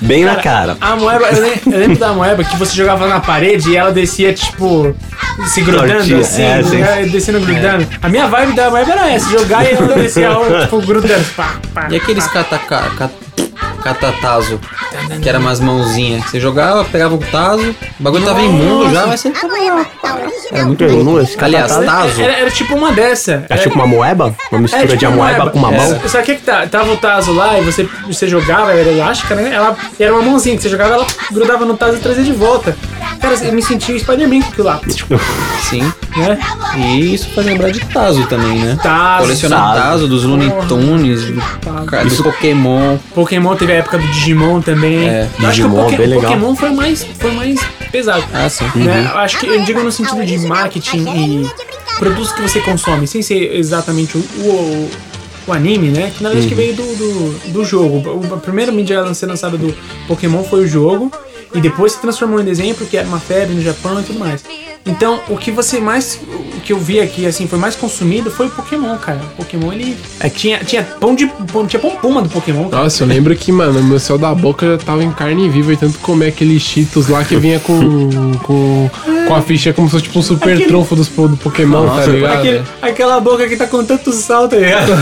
Speaker 1: Bem na cara.
Speaker 2: A moeba, eu, lem- eu lembro da moeba que você jogava na parede e ela descia, tipo, se grudando
Speaker 1: Tortinha,
Speaker 2: assim,
Speaker 1: é, sim. É.
Speaker 2: né, descendo grudando. A minha vibe da vibe era essa, jogar e ela descer a onda, tipo, grudando. Pá, pá,
Speaker 3: E aqueles cataca, cat, catatazo, que era umas mãozinhas. que Você jogava, pegava um tazo, o bagulho tava imundo já, mas você era muito
Speaker 1: Eu não,
Speaker 3: bom.
Speaker 1: esse
Speaker 3: Aliás, tá-
Speaker 1: catatá-
Speaker 3: tazo.
Speaker 2: Era, era tipo uma dessa.
Speaker 1: É tipo uma moeba? Uma
Speaker 2: É,
Speaker 1: mistura
Speaker 3: tipo
Speaker 1: de amoeba com uma mão?
Speaker 2: Só que tipo, é que tá, tava o Tazo lá e você, você jogava, era elástica, né? Ela era uma mãozinha que você jogava, ela grudava no Tazo e trazia de volta. Cara, eu me sentia em Spider-Man com aquilo lá,
Speaker 1: Tipo,
Speaker 3: Sim.
Speaker 2: né?
Speaker 3: E isso faz lembrar de tazo também, né?
Speaker 2: Tazo.
Speaker 3: Colecionar tazo dos Looney Tunes, do, ca- do Pokémon.
Speaker 2: Pokémon teve a época do Digimon também.
Speaker 3: É,
Speaker 2: Eu acho que o
Speaker 1: Digimon,
Speaker 2: Poké-
Speaker 1: bem legal.
Speaker 2: Pokémon foi mais, foi mais pesado.
Speaker 3: Ah, sim.
Speaker 2: né? Eu acho que eu digo no sentido de marketing e produtos que você consome, sem ser exatamente o, o, o anime, né? Que na verdade que
Speaker 3: Uhum.
Speaker 2: veio do, do, do jogo. O- A primeira mídia a ser lançada do Pokémon foi o jogo, e depois se transformou em desenho porque era uma febre no Japão e tudo mais. Então, o que você mais. O que eu vi aqui, assim, foi mais consumido foi o Pokémon, cara. O Pokémon, ele.
Speaker 3: É
Speaker 2: Tinha, tinha pão de. Pão, tinha pão puma do Pokémon, cara.
Speaker 4: Nossa, eu lembro que, mano, meu céu da boca já tava em carne viva e tanto comer aqueles Cheetos lá que vinha com, com, com a ficha como se fosse tipo um super
Speaker 2: Aquele-
Speaker 4: trunfo dos, do Pokémon, tá ligado?
Speaker 2: Aquele- aquela boca que tá com tanto sal, tá ligado?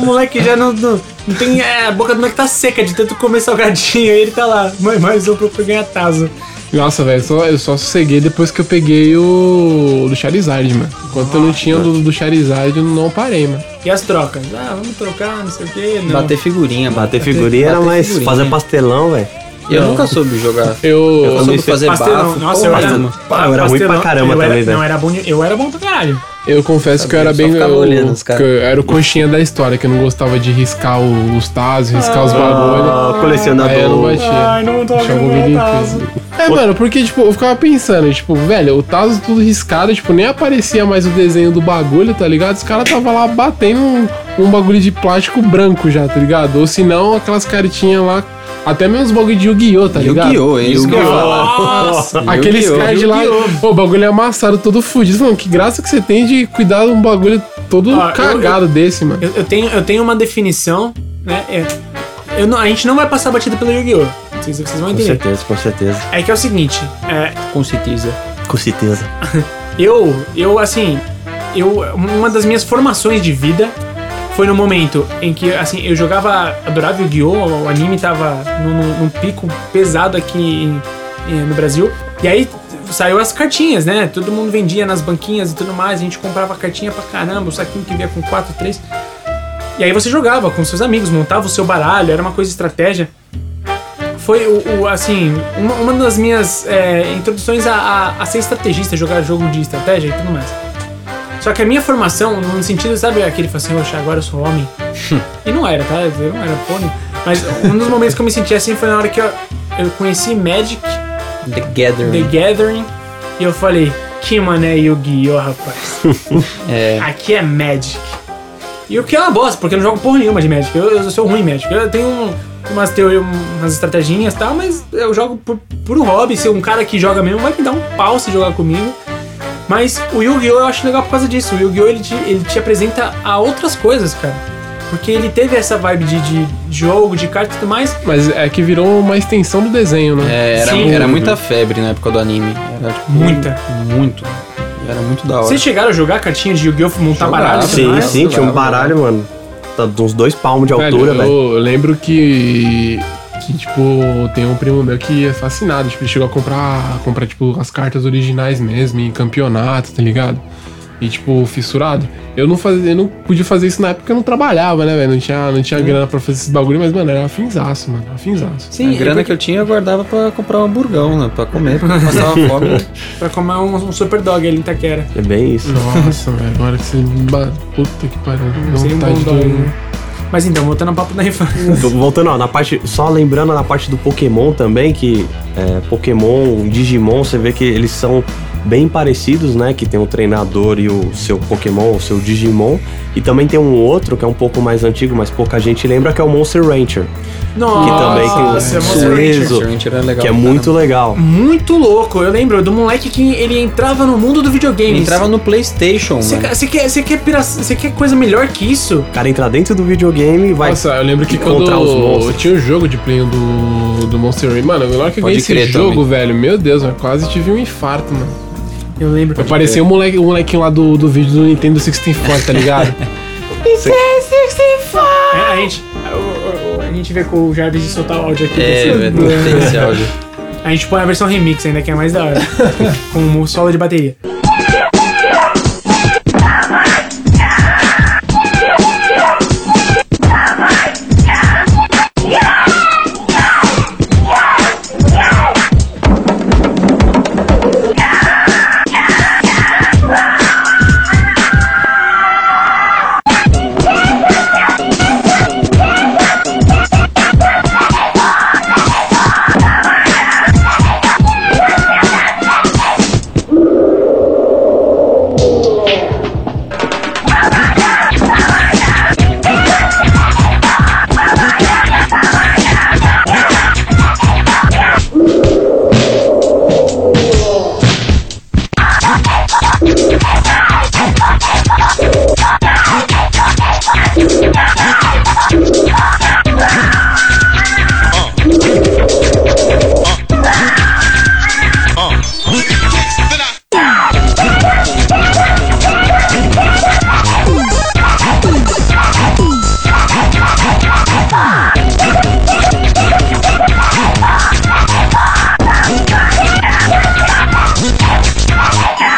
Speaker 2: o moleque já não, não, não tem. é, a boca do moleque tá seca de tanto comer salgadinho. E ele tá lá, mãe, mais um pra eu ganhar taso.
Speaker 4: Nossa, velho, só, eu só sosseguei depois que eu peguei o o do Charizard, mano. Enquanto eu não tinha o do, do Charizard, eu não parei, mano.
Speaker 2: E as trocas? Ah, vamos trocar, não sei o quê. Não.
Speaker 3: Bater figurinha, mano.
Speaker 1: Bater figurinha era
Speaker 3: bater
Speaker 1: mais
Speaker 3: figurinha.
Speaker 1: fazer pastelão, velho.
Speaker 3: Eu nunca soube jogar. Eu
Speaker 4: Eu,
Speaker 3: só soube
Speaker 1: sei-
Speaker 3: fazer
Speaker 2: Pastelão.
Speaker 3: bafo.
Speaker 2: Nossa, eu
Speaker 3: porra
Speaker 2: era, um
Speaker 3: nenhuma.
Speaker 1: Pá, eu era ruim pra
Speaker 2: pastelão.
Speaker 1: caramba
Speaker 2: eu
Speaker 1: também, né?
Speaker 2: era,
Speaker 1: velho.
Speaker 2: Não, era bom, de- eu era bom pra caralho.
Speaker 4: eu confesso que eu era
Speaker 3: só
Speaker 4: bem.
Speaker 3: ficava
Speaker 4: o-
Speaker 3: olhando os caras.
Speaker 4: que eu era o conchinha da história, que eu não gostava de riscar o- os tazos, riscar os
Speaker 3: Tá né?
Speaker 4: bagulhos.
Speaker 1: Ah,
Speaker 4: Aí eu não
Speaker 1: colecionador.
Speaker 4: batia.
Speaker 2: não tô
Speaker 4: Deixa eu ouvir É, mano, porque, tipo, eu ficava pensando, tipo, velho, o Tazo tudo riscado, tipo, nem aparecia mais o desenho do bagulho, tá ligado? Os caras tava lá batendo um, um bagulho de plástico branco já, tá ligado? Ou se não, aquelas cartinhas lá, até mesmo os bagulho de Yu-Gi-Oh, tá ligado?
Speaker 3: Yu-Gi-Oh! é isso que eu ia falar.
Speaker 2: Nossa!
Speaker 4: Aqueles
Speaker 3: Yu-Gi-Oh!
Speaker 4: cards lá, pô, o bagulho é amassado, todo fudido. Mano, que graça que você tem de cuidar de um bagulho todo
Speaker 2: Ah, eu-
Speaker 4: cagado desse, mano.
Speaker 2: Eu, eu tenho, eu tenho uma definição, né? É, eu não- a gente não vai passar batida pelo Yu-Gi-Oh! Vocês, vocês vão
Speaker 1: Com
Speaker 2: entender.
Speaker 1: certeza, com certeza.
Speaker 2: É que é o seguinte, é,
Speaker 3: Com certeza.
Speaker 1: Com certeza.
Speaker 2: Eu, eu assim, eu uma das minhas formações de vida foi no momento em que assim eu jogava adorava Yu-Gi-Oh, o anime tava num, num- num pico pesado aqui em- em- no Brasil. E aí saiu as cartinhas, né? Todo mundo vendia nas banquinhas e tudo mais, a gente comprava cartinha pra caramba, o saquinho que vinha com 4, 3. E aí você jogava com seus amigos, montava o seu baralho, era uma coisa de estratégia foi o, o, assim uma, uma das minhas é, introduções a, a- a ser estrategista, jogar jogo de estratégia e tudo mais. Só que a minha formação, no sentido, sabe, aquele que fala assim, oxa, agora eu sou homem. e não era, tá? Eu não era pônei. Mas um dos momentos que eu me senti assim foi na hora que eu, eu conheci Magic,
Speaker 3: The Gathering.
Speaker 2: The Gathering, e eu falei, que mané Yu-Gi-Oh, rapaz.
Speaker 3: É.
Speaker 2: Aqui é Magic. E o que é uma bosta, porque eu não jogo porra nenhuma de Magic. Eu, eu sou ruim em Magic. Eu tenho um- umas teorias, umas estratégias e tal, mas eu jogo por, por um hobby. Se um cara que joga mesmo vai me dar um pau se jogar comigo. Mas o Yu-Gi-Oh! eu acho legal por causa disso. O Yu-Gi-Oh! Ele te, ele te apresenta a outras coisas, cara. Porque ele teve essa vibe de, de jogo, de carta e tudo mais.
Speaker 4: Mas é que virou uma extensão do desenho, né?
Speaker 3: É, era,
Speaker 2: Sim.
Speaker 3: era muita febre na época do anime. Era tipo,
Speaker 2: Muita.
Speaker 3: Muito. Era muito da hora.
Speaker 2: Vocês chegaram a jogar cartinha de Yu-Gi-Oh! montar
Speaker 3: Jogava.
Speaker 2: baralho? e tudo
Speaker 1: Sim,
Speaker 2: mais?
Speaker 1: sim, tinha um
Speaker 3: Claro.
Speaker 1: baralho, mano. Tá de uns dois palmos de altura,
Speaker 4: Velho,
Speaker 1: velho.
Speaker 4: eu lembro que, que, tipo, tem um primo meu que é fascinado. Tipo, ele chegou a comprar, comprar tipo, as cartas originais mesmo, em campeonato, tá ligado? E, tipo, fissurado. Eu não fazia, eu não podia fazer isso na época que eu não trabalhava, né, velho? Não tinha, não tinha grana pra fazer esses bagulho, mas, mano, era afinzaço, mano. Afinzaço.
Speaker 3: Sim, a grana que eu tinha eu guardava pra comprar um hamburgão, né? Pra comer, porque eu passava fome.
Speaker 2: Pra comer um, um super dog ali em Itaquera.
Speaker 1: É bem isso.
Speaker 4: Nossa, velho, agora que você. me ba- Puta que pariu.
Speaker 2: Seria um
Speaker 4: Vontade
Speaker 2: bom
Speaker 4: de-
Speaker 2: dog, né? Mas então, voltando ao papo da infância.
Speaker 1: Tô Voltando, ó, na parte. Só lembrando na parte do Pokémon também, que é, Pokémon, Digimon, você vê que eles são bem parecidos, né? Que tem o treinador e o seu Pokémon, o seu Digimon. E também tem um outro que é um pouco mais antigo, mas pouca gente lembra, que é o Monster Rancher. também tem
Speaker 2: Nossa,
Speaker 1: um
Speaker 2: Monster
Speaker 1: sorriso.
Speaker 2: Rancher.
Speaker 1: Isso.
Speaker 3: Gente, era legal.
Speaker 1: que é
Speaker 3: pra
Speaker 1: muito legal.
Speaker 2: Muito louco, eu lembro do moleque que ele entrava no mundo do videogame.
Speaker 3: Ele entrava no PlayStation,
Speaker 2: Você
Speaker 3: mano.
Speaker 2: você quer, você quer, pira- você quer coisa melhor que isso?
Speaker 1: O cara entra dentro do videogame e vai.
Speaker 4: Nossa, eu lembro que quando
Speaker 1: encontrar os
Speaker 4: eu
Speaker 1: monstros.
Speaker 4: tinha o jogo de play do, do Monster Ranch, mano, na hora que eu
Speaker 3: Pode
Speaker 4: ganhei esse
Speaker 3: crer
Speaker 4: jogo,
Speaker 3: também.
Speaker 4: velho, meu Deus, eu quase tive um infarto, mano.
Speaker 2: Eu lembro.
Speaker 4: Eu parecia o, moleque, o molequinho lá do, do vídeo do Nintendo 64, tá ligado?
Speaker 2: É, a gente. a- A, a- a gente vê com o Jarvis de soltar o áudio aqui.
Speaker 3: É,
Speaker 2: Esse-
Speaker 3: velho, tem esse áudio.
Speaker 2: A gente põe a versão remix ainda, que é mais da hora. com o solo de bateria.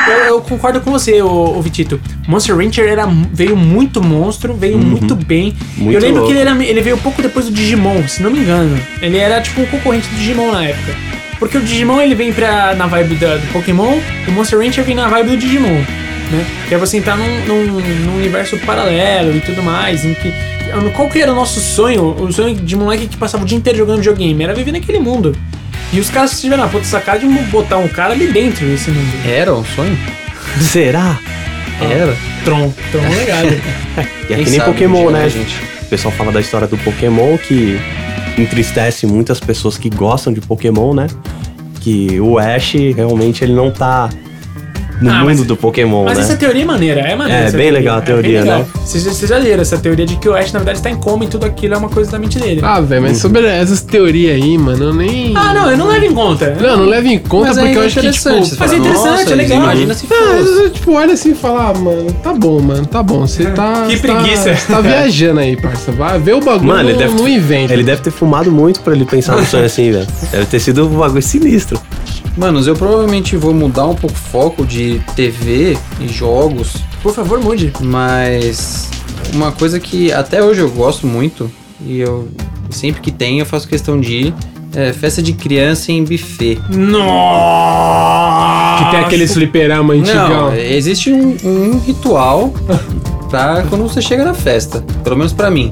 Speaker 2: Eu, eu concordo com você, ô, ô Vitito. Monster Rancher era, mu- veio muito monstro, veio muito bem.
Speaker 1: Uhum. Muito
Speaker 2: eu lembro
Speaker 1: louco.
Speaker 2: que ele, era- ele veio pouco depois do Digimon, se não me engano. Ele era tipo um concorrente do Digimon na época. Porque o Digimon ele vem pra, na vibe da- do Pokémon, o Monster Rancher vem na vibe do Digimon. Né? Que é você entrar num, num- num universo paralelo e tudo mais. Em que, qual que era o nosso sonho? O sonho de moleque que passava o dia inteiro jogando videogame era viver naquele mundo. E os caras tiveram "Ah, a puta sacada de botar um cara ali dentro desse mundo.
Speaker 3: Era um sonho?
Speaker 1: Será?
Speaker 3: Era.
Speaker 2: Tron, Tron é legado.
Speaker 1: E é
Speaker 3: Quem
Speaker 1: que nem
Speaker 3: sabe um
Speaker 1: Pokémon,
Speaker 3: dia,
Speaker 1: né?
Speaker 3: gente?
Speaker 1: O pessoal fala da história do Pokémon que entristece muitas pessoas que gostam de Pokémon, né? Que o Ash realmente ele não tá no
Speaker 2: Ah,
Speaker 1: mundo
Speaker 2: mas-
Speaker 1: do Pokémon,
Speaker 2: Mas
Speaker 1: né?
Speaker 2: essa teoria é maneira, é maneira.
Speaker 1: É,
Speaker 2: essa
Speaker 1: bem legal a
Speaker 2: é
Speaker 1: teoria,
Speaker 2: bem
Speaker 1: né?
Speaker 2: Vocês já- vocês já leram essa teoria de que o Ash, na verdade, está em coma e tudo aquilo é uma coisa da mente dele. Ah,
Speaker 4: ah, velho, mas sobre essas teorias aí, mano, eu nem.
Speaker 2: não, eu não levo em conta.
Speaker 4: Não, não leva em conta
Speaker 3: Ah, Mas
Speaker 4: porque
Speaker 3: é
Speaker 4: eu acho que, tipo...
Speaker 3: interessante. você
Speaker 2: mas
Speaker 3: fala,
Speaker 2: é interessante,
Speaker 3: "Nossa,
Speaker 2: é
Speaker 3: eles
Speaker 2: legal."
Speaker 3: Imagina se
Speaker 4: Ah,
Speaker 3: fosse.
Speaker 4: eu, tipo, olha assim e fala, ah, mano, tá bom, mano, tá bom. Você tá.
Speaker 2: Que
Speaker 4: você
Speaker 2: preguiça.
Speaker 4: Tá, você tá viajando aí, parça. Vai ver o bagulho
Speaker 1: Mano,
Speaker 4: não,
Speaker 1: ele deve,
Speaker 4: não inventa.
Speaker 1: ele deve ter fumado muito pra ele pensar no sonho assim, velho. Deve ter sido um bagulho sinistro.
Speaker 3: Manos, eu provavelmente vou mudar um pouco o foco de TV e jogos,
Speaker 2: Por favor, mude.
Speaker 3: mas uma coisa que até hoje eu gosto muito e eu sempre que tem eu faço questão de ir é festa de criança em buffet.
Speaker 2: Nossa!
Speaker 4: Que tem aquele fliperama antigão.
Speaker 3: Não, existe um, um ritual pra quando você chega na festa, pelo menos pra mim.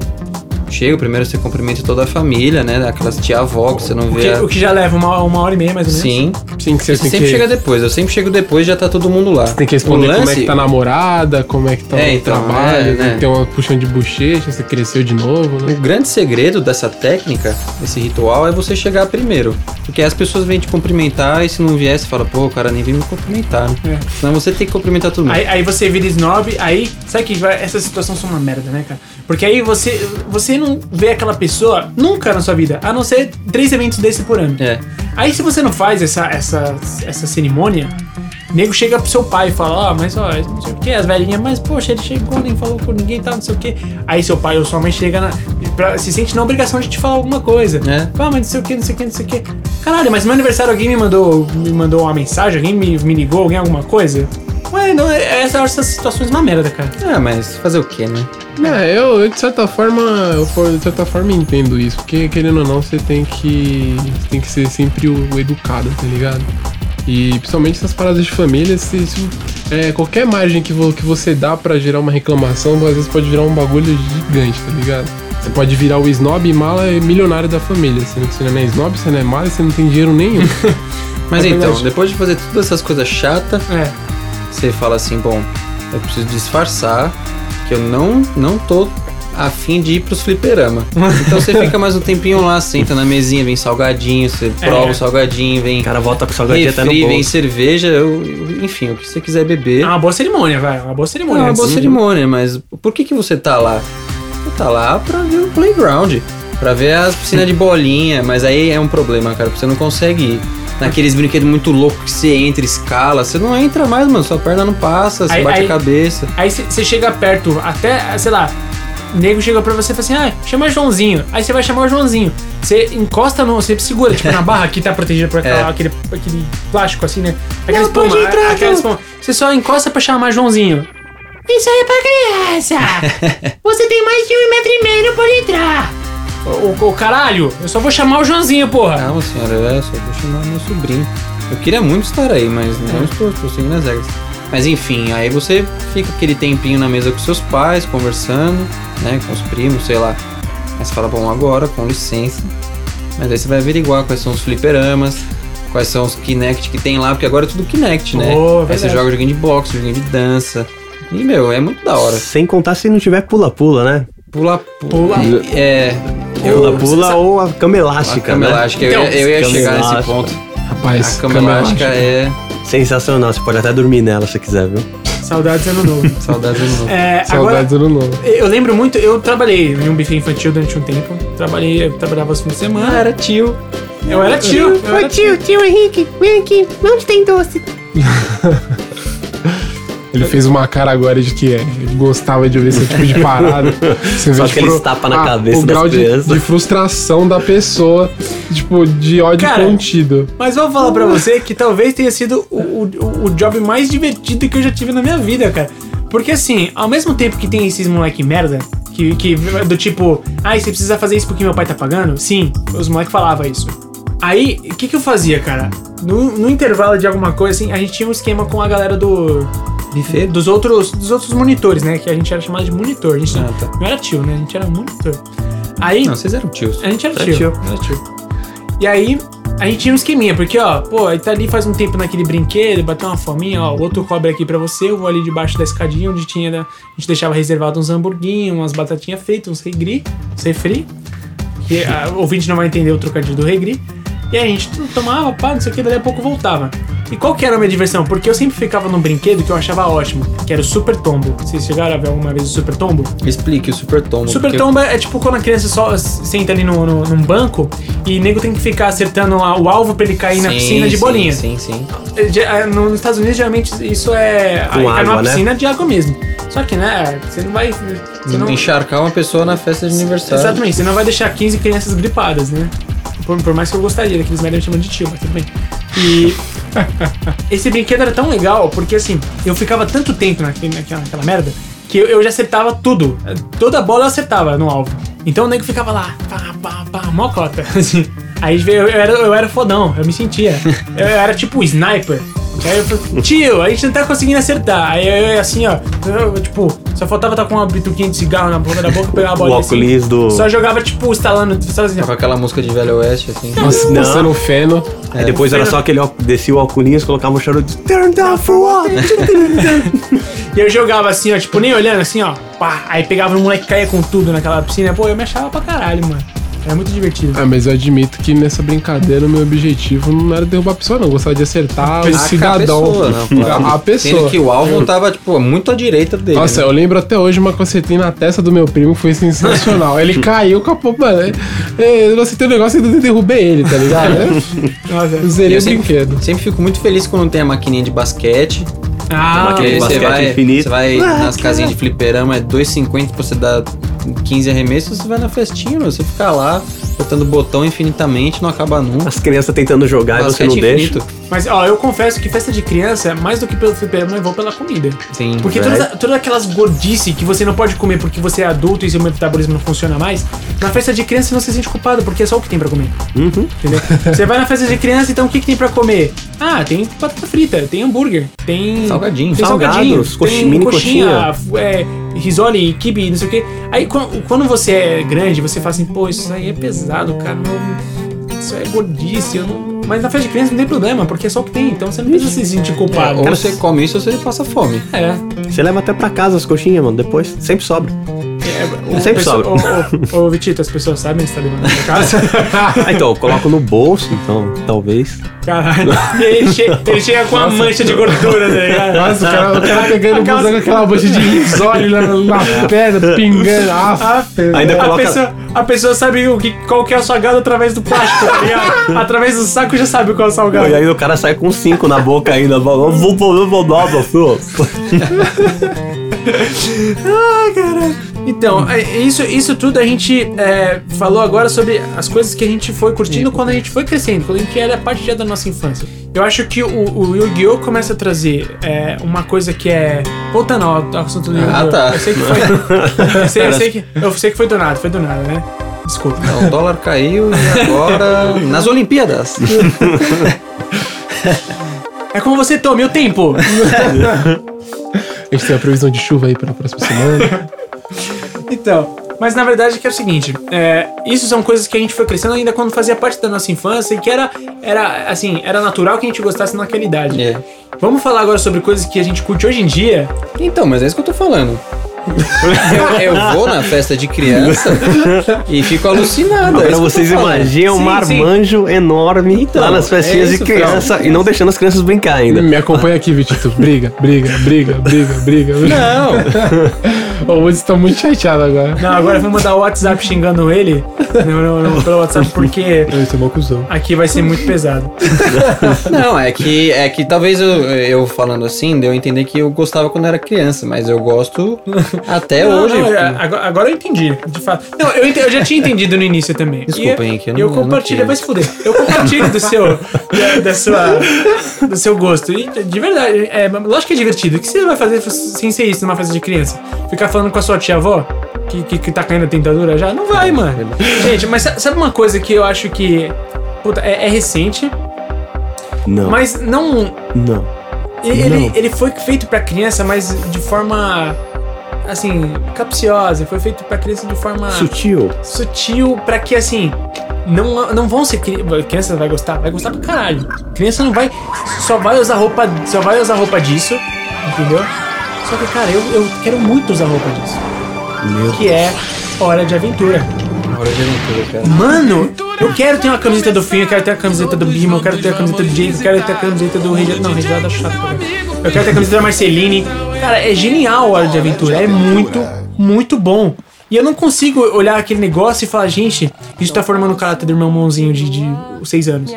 Speaker 3: Chega, primeiro você cumprimenta toda a família, né? Aquelas tia-avó que você não
Speaker 2: O
Speaker 3: vê.
Speaker 2: que,
Speaker 4: é
Speaker 3: a-
Speaker 2: o que já leva uma, uma hora e meia, mais ou menos.
Speaker 3: É. Sim.
Speaker 4: Sim, que você
Speaker 3: Você
Speaker 4: tem
Speaker 3: sempre
Speaker 4: que,
Speaker 3: chega depois. Eu sempre chego depois e já tá todo mundo lá.
Speaker 4: tem que
Speaker 3: O
Speaker 4: responder
Speaker 3: lance,
Speaker 4: como é que tá a namorada, como é que tá
Speaker 3: É,
Speaker 4: o
Speaker 3: então,
Speaker 4: trabalho,
Speaker 3: é, né?
Speaker 4: tem uma puxão de bochecha, você cresceu de novo,
Speaker 3: O
Speaker 4: né?
Speaker 3: grande segredo dessa técnica, desse ritual, é você chegar primeiro. Porque as pessoas vêm te cumprimentar e se não vier, você fala, pô, o cara nem veio me cumprimentar, né?
Speaker 2: É.
Speaker 3: Senão você tem que cumprimentar todo mundo.
Speaker 2: Aí, aí você vira snob, aí. Sabe que vai- essas situações são uma merda, né, cara? Porque aí você, você não vê aquela pessoa nunca na sua vida, a não ser três eventos desse por ano.
Speaker 3: É.
Speaker 2: Aí se você não faz essa, essa, essa cerimônia, o nego chega pro seu pai e fala, ó, mas ó, não sei o que, as velhinhas, mas poxa, ele chegou, nem falou com ninguém e tal, não sei o que. Aí seu pai ou sua mãe chega na, pra- se sente na obrigação de te falar alguma coisa.
Speaker 3: É.
Speaker 2: Ah, mas não sei o que, não sei o que, não sei o que. Caralho, mas meu aniversário alguém me mandou, me mandou uma mensagem, alguém me, me ligou, alguém alguma coisa? Ué, não, é- essa- essas situações uma merda, cara.
Speaker 3: Ah, mas fazer o quê, né?
Speaker 4: Não, É, eu, eu, de certa forma, eu for- de certa forma entendo isso, porque querendo ou não, você tem que. você tem que ser sempre o, o educado, tá ligado? E principalmente essas paradas de família, se, se- é, qualquer margem que, vo- que você dá pra gerar uma reclamação, às vezes pode virar um bagulho gigante, tá ligado? Você pode virar o snob e mala e milionário da família, sendo que você não é snob, você não é mala e você não tem dinheiro nenhum.
Speaker 3: Mas
Speaker 4: É
Speaker 3: então,
Speaker 4: verdade.
Speaker 3: depois de fazer todas essas coisas chatas,
Speaker 2: É.
Speaker 3: você fala assim, bom, eu preciso disfarçar que eu não, não tô afim de ir pros fliperama. Então você fica mais um tempinho lá, senta na mesinha, vem salgadinho, você
Speaker 2: É. Tá
Speaker 3: prova o salgadinho, vem
Speaker 1: O cara volta com salgadinho é até no
Speaker 3: refri, vem
Speaker 1: bolso.
Speaker 3: cerveja, eu- eu- enfim, o que você quiser beber.
Speaker 2: É uma boa cerimônia, vai. É uma boa
Speaker 3: É
Speaker 2: cerimônia.
Speaker 3: uma boa
Speaker 2: Sim.
Speaker 3: cerimônia, mas por que, que você tá lá? Você tá lá pra ver o playground, pra ver as piscinas de bolinha, mas aí é um problema, cara, porque você não consegue ir. naqueles brinquedos muito loucos que você entra, escala. Você não entra mais, mano. Sua perna não passa, você
Speaker 2: Aí-
Speaker 3: bate
Speaker 2: aí-
Speaker 3: a cabeça.
Speaker 2: Aí você chega perto, até, sei lá, o nego chega pra você e fala assim: ah, chama Joãozinho. Aí você vai chamar o Joãozinho. Você encosta no. Você segura, tipo, na barra que tá protegida por aquela-
Speaker 3: É.
Speaker 2: aquele, aquele plástico assim, né? Aquela espuma, a- aquela espuma. Você só encosta pra chamar Joãozinho. Isso aí é pra criança! Você tem mais de um metro e meio, não pode entrar! Ô, ô, ô, caralho, eu só vou chamar o Joãozinho, porra!
Speaker 3: Calma, senhora, eu só vou chamar meu sobrinho. Eu queria muito estar aí, mas
Speaker 2: É.
Speaker 3: não estou, estou seguindo as regras. Mas enfim, aí você fica aquele tempinho na mesa com seus pais, conversando, né, com os primos, sei lá. Aí você fala, bom, agora, com licença. Mas aí você vai averiguar quais são os fliperamas, quais são os Kinect que tem lá, porque agora é tudo Kinect, né?
Speaker 2: Oh,
Speaker 3: aí você
Speaker 2: verdade.
Speaker 3: joga joguinho de boxe, joguinho de dança. E, meu, é muito da hora.
Speaker 1: Sem contar se não tiver pula-pula, né?
Speaker 3: Pula, pula.
Speaker 2: Pula.
Speaker 3: É.
Speaker 1: Pula-pula ou a cama
Speaker 3: A
Speaker 1: elástica,
Speaker 3: cama
Speaker 1: né?
Speaker 3: elástica, eu,
Speaker 2: Então,
Speaker 3: ia- eu ia
Speaker 1: cama
Speaker 3: chegar nesse
Speaker 1: elástica.
Speaker 3: ponto.
Speaker 4: Rapaz,
Speaker 3: A cama elástica é.
Speaker 1: Sensacional, você pode até dormir nela se quiser, viu?
Speaker 2: Saudades ano novo.
Speaker 3: Saudades do novo.
Speaker 2: É, agora,
Speaker 4: Saudades do ano novo.
Speaker 2: Eu lembro muito, eu trabalhei em um buffet infantil durante um tempo. Trabalhei, eu trabalhava os fins de semana. era tio. Eu era tio. eu era tio.
Speaker 4: Ele fez uma cara agora de que é, ele gostava de ver esse tipo de parada. Você
Speaker 1: Só
Speaker 4: vê, tipo, ah,
Speaker 1: aqueles tapa na cabeça
Speaker 4: o
Speaker 1: das
Speaker 4: grau de,
Speaker 1: crianças.
Speaker 4: de frustração da pessoa, tipo, de ódio
Speaker 2: Cara,
Speaker 4: contido.
Speaker 2: Mas vou falar pra você que talvez tenha sido o, o, o job mais divertido que eu já tive na minha vida, cara. Porque assim, ao mesmo tempo que tem esses moleque merda, que, que do tipo, ai, você precisa fazer isso porque meu pai tá pagando? Sim, os moleques falavam isso. Aí, o que, que eu fazia, cara? No, no intervalo de alguma coisa, assim, a gente tinha um esquema com a galera do.
Speaker 3: Buffet?
Speaker 2: Dos outros, dos outros monitores, né? Que a gente era chamado de monitor. A gente
Speaker 3: Ah, tá.
Speaker 2: não era tio, né? A gente era monitor. Aí.
Speaker 3: Não, vocês eram tios.
Speaker 2: A gente era
Speaker 1: Era
Speaker 2: É, tio.
Speaker 1: tio.
Speaker 2: Era tio. E aí, a gente tinha um esqueminha, porque, ó, pô, ele tá ali faz um tempo naquele brinquedo, bateu uma fominha, ó, o outro cobre aqui pra você, eu vou ali debaixo da escadinha onde tinha, né, a gente deixava reservado uns hamburguinhos, umas batatinhas fritas, uns regri, uns refri, que a, o ouvinte não vai entender o trocadilho do regri. E aí a gente tomava, pá, não sei o que, daí a pouco voltava. E qual que era a minha diversão? Porque eu sempre ficava num brinquedo que eu achava ótimo, que era o Super Tombo. Vocês chegaram a ver alguma vez o Super Tombo?
Speaker 3: Explique o Super Tombo.
Speaker 2: Super
Speaker 3: porque-
Speaker 2: tomba é tipo quando a criança só senta ali no, no- num banco e nego tem que ficar acertando a- o alvo pra ele cair na
Speaker 3: Sim,
Speaker 2: piscina de
Speaker 3: sim,
Speaker 2: bolinha.
Speaker 3: Sim, sim.
Speaker 2: Eh, ge- eh, no- Nos Estados Unidos, geralmente, isso é.
Speaker 1: Com
Speaker 2: aí cai numa
Speaker 1: água, né?
Speaker 2: piscina de água mesmo. Só que, né, você não vai. Você não,
Speaker 3: Encharcar uma pessoa na festa de aniversário.
Speaker 2: exatamente, você não vai deixar 15 crianças gripadas, né? Por, por mais que eu gostaria, que eles me chamam de tio, mas tudo bem. E. Esse brinquedo era tão legal, porque assim, eu ficava tanto tempo naquele- naquela, naquela merda que eu, eu já acertava tudo.
Speaker 1: É.
Speaker 2: Toda bola eu acertava no alvo. Então o nego ficava lá, pá, pá, pá, mó cota. assim. Aí eu, eu era, eu era fodão, eu me sentia. Eu, era tipo o sniper. Aí eu falei, tio, a gente não tá conseguindo acertar. Aí eu, eu, assim, ó, eu, eu, tipo, só faltava estar com uma bituquinha de cigarro na boca da boca, pegar a
Speaker 1: O
Speaker 2: bola assim.
Speaker 1: óculos do.
Speaker 2: Só jogava, tipo, instalando, só assim, ó.
Speaker 3: Com aquela música de Velho Oeste, assim.
Speaker 4: Nossa,
Speaker 1: Não.
Speaker 4: passando o feno.
Speaker 1: Aí depois era só aquele óculos, descia o óculos, colocava um charuto. Turn down for what?
Speaker 2: E eu jogava assim, ó, tipo, nem olhando assim, ó. Pá, aí pegava o moleque que caía com tudo naquela piscina. Pô, eu me achava pra caralho, mano. Era muito divertido.
Speaker 4: Ah, mas eu admito que nessa brincadeira o meu objetivo não era derrubar a pessoa, não. Eu gostava de acertar o
Speaker 3: Ah, com a
Speaker 4: cidadão.
Speaker 3: pessoa, não, claro.
Speaker 4: A- a
Speaker 3: Sendo
Speaker 4: pessoa.
Speaker 3: que né? o
Speaker 2: Hum.
Speaker 3: alvo tava, tipo, muito à direita dele.
Speaker 4: Nossa,
Speaker 3: né?
Speaker 4: eu lembro até hoje uma que eu acertei na testa do meu primo, foi sensacional. Ele caiu com a pô, mano. é, Eu acertei o negócio e ainda derrubei ele, tá ligado? Eu
Speaker 2: Nossa.
Speaker 3: E assim,
Speaker 4: zerei
Speaker 3: eu
Speaker 4: o brinquedo.
Speaker 3: sempre, sempre fico muito feliz quando tem a maquininha de basquete.
Speaker 2: Ah,
Speaker 3: Porque aí você
Speaker 1: basquete
Speaker 3: vai,
Speaker 1: infinito.
Speaker 3: você vai nas casinhas de fliperama, é 2,50 pra você dar 15 arremessos, você vai na festinha, meu, você fica lá, apertando botão infinitamente, não acaba nunca.
Speaker 1: As crianças tentando jogar e Ah, você não deixa.
Speaker 2: mas ó, eu confesso que festa de criança, mais do que pelo fliperama, eu vou pela comida.
Speaker 3: Sim.
Speaker 2: Porque
Speaker 1: Verdade.
Speaker 2: todas, todas aquelas gordice que você não pode comer porque você é adulto e seu metabolismo não funciona mais, na festa de criança você não se sente culpado, porque é só o que tem pra comer. Entendeu? você vai na festa de criança, então o que, que tem pra comer? Ah, tem batata frita, tem hambúrguer, tem.
Speaker 3: Salgadinho.
Speaker 2: tem
Speaker 1: Salgados,
Speaker 2: salgadinho,
Speaker 1: coxi-
Speaker 2: tem
Speaker 1: mini
Speaker 2: coxinha, é, risole, kibe, não sei o quê. Aí quan- quando você é grande, você fala assim, pô, isso aí é pesado, cara. não- isso aí é gordice, eu não. Mas na festa de criança não tem problema, porque é só o que tem, então você não precisa se sentir culpado.
Speaker 3: Ou
Speaker 2: Cara,
Speaker 3: você come isso ou você passa fome.
Speaker 2: é.
Speaker 1: Você leva até pra casa as coxinhas, mano. Depois sempre sobra.
Speaker 2: o
Speaker 1: Sempre
Speaker 2: pessoal-
Speaker 1: sobra.
Speaker 2: Ô, ô, ô, Vitito, as pessoas sabem que você tá levando pra casa?
Speaker 1: Ah, então, eu coloco no bolso, então, talvez.
Speaker 2: Caralho. E ele, che- ele chega com uma mancha de gordura, tá ligado?
Speaker 4: Nossa, o cara, o cara pegando
Speaker 2: Aquelas-
Speaker 4: busão com aquela bucha de risole na, na perna, pingando. Ah,
Speaker 1: Ainda
Speaker 2: A
Speaker 1: coloca-
Speaker 2: pessoa, a pessoa sabe o que, qual que é o salgado através do plástico, tá ligado? Através do saco já sabe qual é o salgado.
Speaker 1: E aí o cara sai com cinco na boca ainda. Vou, vou, vou, vou, vou, vou.
Speaker 2: Ai, caralho. Então, é, isso, isso tudo a gente é, falou agora sobre as coisas que a gente foi curtindo quando a gente foi crescendo, quando a gente era parte já da nossa infância. Eu acho que o, o Yu-Gi-Oh! começa a trazer é, uma coisa que é. Voltando ao ao assunto do Yu-Gi-Oh!
Speaker 3: tá.
Speaker 2: Eu sei que foi. eu, sei, eu sei que, eu sei que foi do nada, foi do nada, né? Desculpa.
Speaker 3: Então, O dólar caiu e agora. nas Olimpíadas.
Speaker 2: É como você tome o tempo.
Speaker 4: A gente tem a previsão de chuva aí pra próxima semana.
Speaker 2: Então, mas na verdade que é o seguinte, é, isso são coisas que a gente foi crescendo ainda quando fazia parte da nossa infância e que era, era assim, era natural que a gente gostasse naquela idade.
Speaker 3: É.
Speaker 2: Vamos falar agora sobre coisas que a gente curte hoje em dia.
Speaker 3: Então, mas é isso que eu tô falando. Eu, eu vou na festa de criança e fico alucinado. é
Speaker 1: Agora
Speaker 3: isso que eu tô
Speaker 1: vocês
Speaker 3: falando.
Speaker 1: imaginam um
Speaker 2: Sim,
Speaker 1: marmanjo enorme lá nas festinhas
Speaker 3: é isso,
Speaker 1: de criança e não deixando as crianças brincar ainda.
Speaker 4: Me acompanha aqui, Vitito. Briga, briga, briga, briga, briga. briga.
Speaker 3: Não,
Speaker 4: Ô, O Woods tá muito chateado agora.
Speaker 2: Não, agora eu vou mandar o WhatsApp xingando ele no, no- no- pelo WhatsApp porque
Speaker 4: Esse é mó cuzão.
Speaker 2: aqui vai ser muito pesado.
Speaker 3: não, é que é que talvez eu, eu falando assim, deu a entender que eu gostava quando era criança, mas eu gosto até
Speaker 2: Não,
Speaker 3: hoje.
Speaker 2: não, é, agora, agora eu entendi, de fato. Não, eu, ente- eu já tinha entendido no início também.
Speaker 3: Desculpa,
Speaker 2: E
Speaker 3: hein, que eu não-
Speaker 2: Eu
Speaker 3: eu não
Speaker 2: compartilho,
Speaker 3: queria.
Speaker 2: vai se fuder. Eu compartilho do seu. da, da sua. do seu gosto. E, de verdade, é, mas lógico que é divertido. O que você vai fazer sem ser isso numa festa de criança? Ficar falando com a sua tia-avó? Que, que, que tá caindo a tentadura já? Não vai,
Speaker 3: É
Speaker 2: mano. Gente, mas sa- sabe uma coisa que eu acho que. Puta, é, é recente,
Speaker 1: Não,
Speaker 2: mas não.
Speaker 1: não.
Speaker 2: Ele, ele,
Speaker 1: Não.
Speaker 2: ele foi feito pra criança, mas de forma. Assim, capciosa. Foi feito pra criança de forma
Speaker 1: Sutil.
Speaker 2: sutil pra que, assim. Não, não vão ser cri... criança vai gostar vai gostar pra caralho criança não vai só vai usar roupa só vai usar roupa disso entendeu só que cara eu, eu quero muito usar roupa disso
Speaker 1: Meu
Speaker 2: que é hora de aventura
Speaker 3: Hora de aventura, cara.
Speaker 2: Mano, eu quero ter uma camiseta do Finn, eu quero ter a camiseta do Bima, eu quero ter a camiseta do Jake, eu quero ter a camiseta do Reginaldo. Não, Reginaldo é chato. cara. Eu quero ter a camiseta da Marceline. Cara, é genial a Hora de Aventura. É muito, muito bom. E eu não consigo olhar aquele negócio e falar, gente, isso tá formando o caráter do irmão mãozinho de, de seis anos.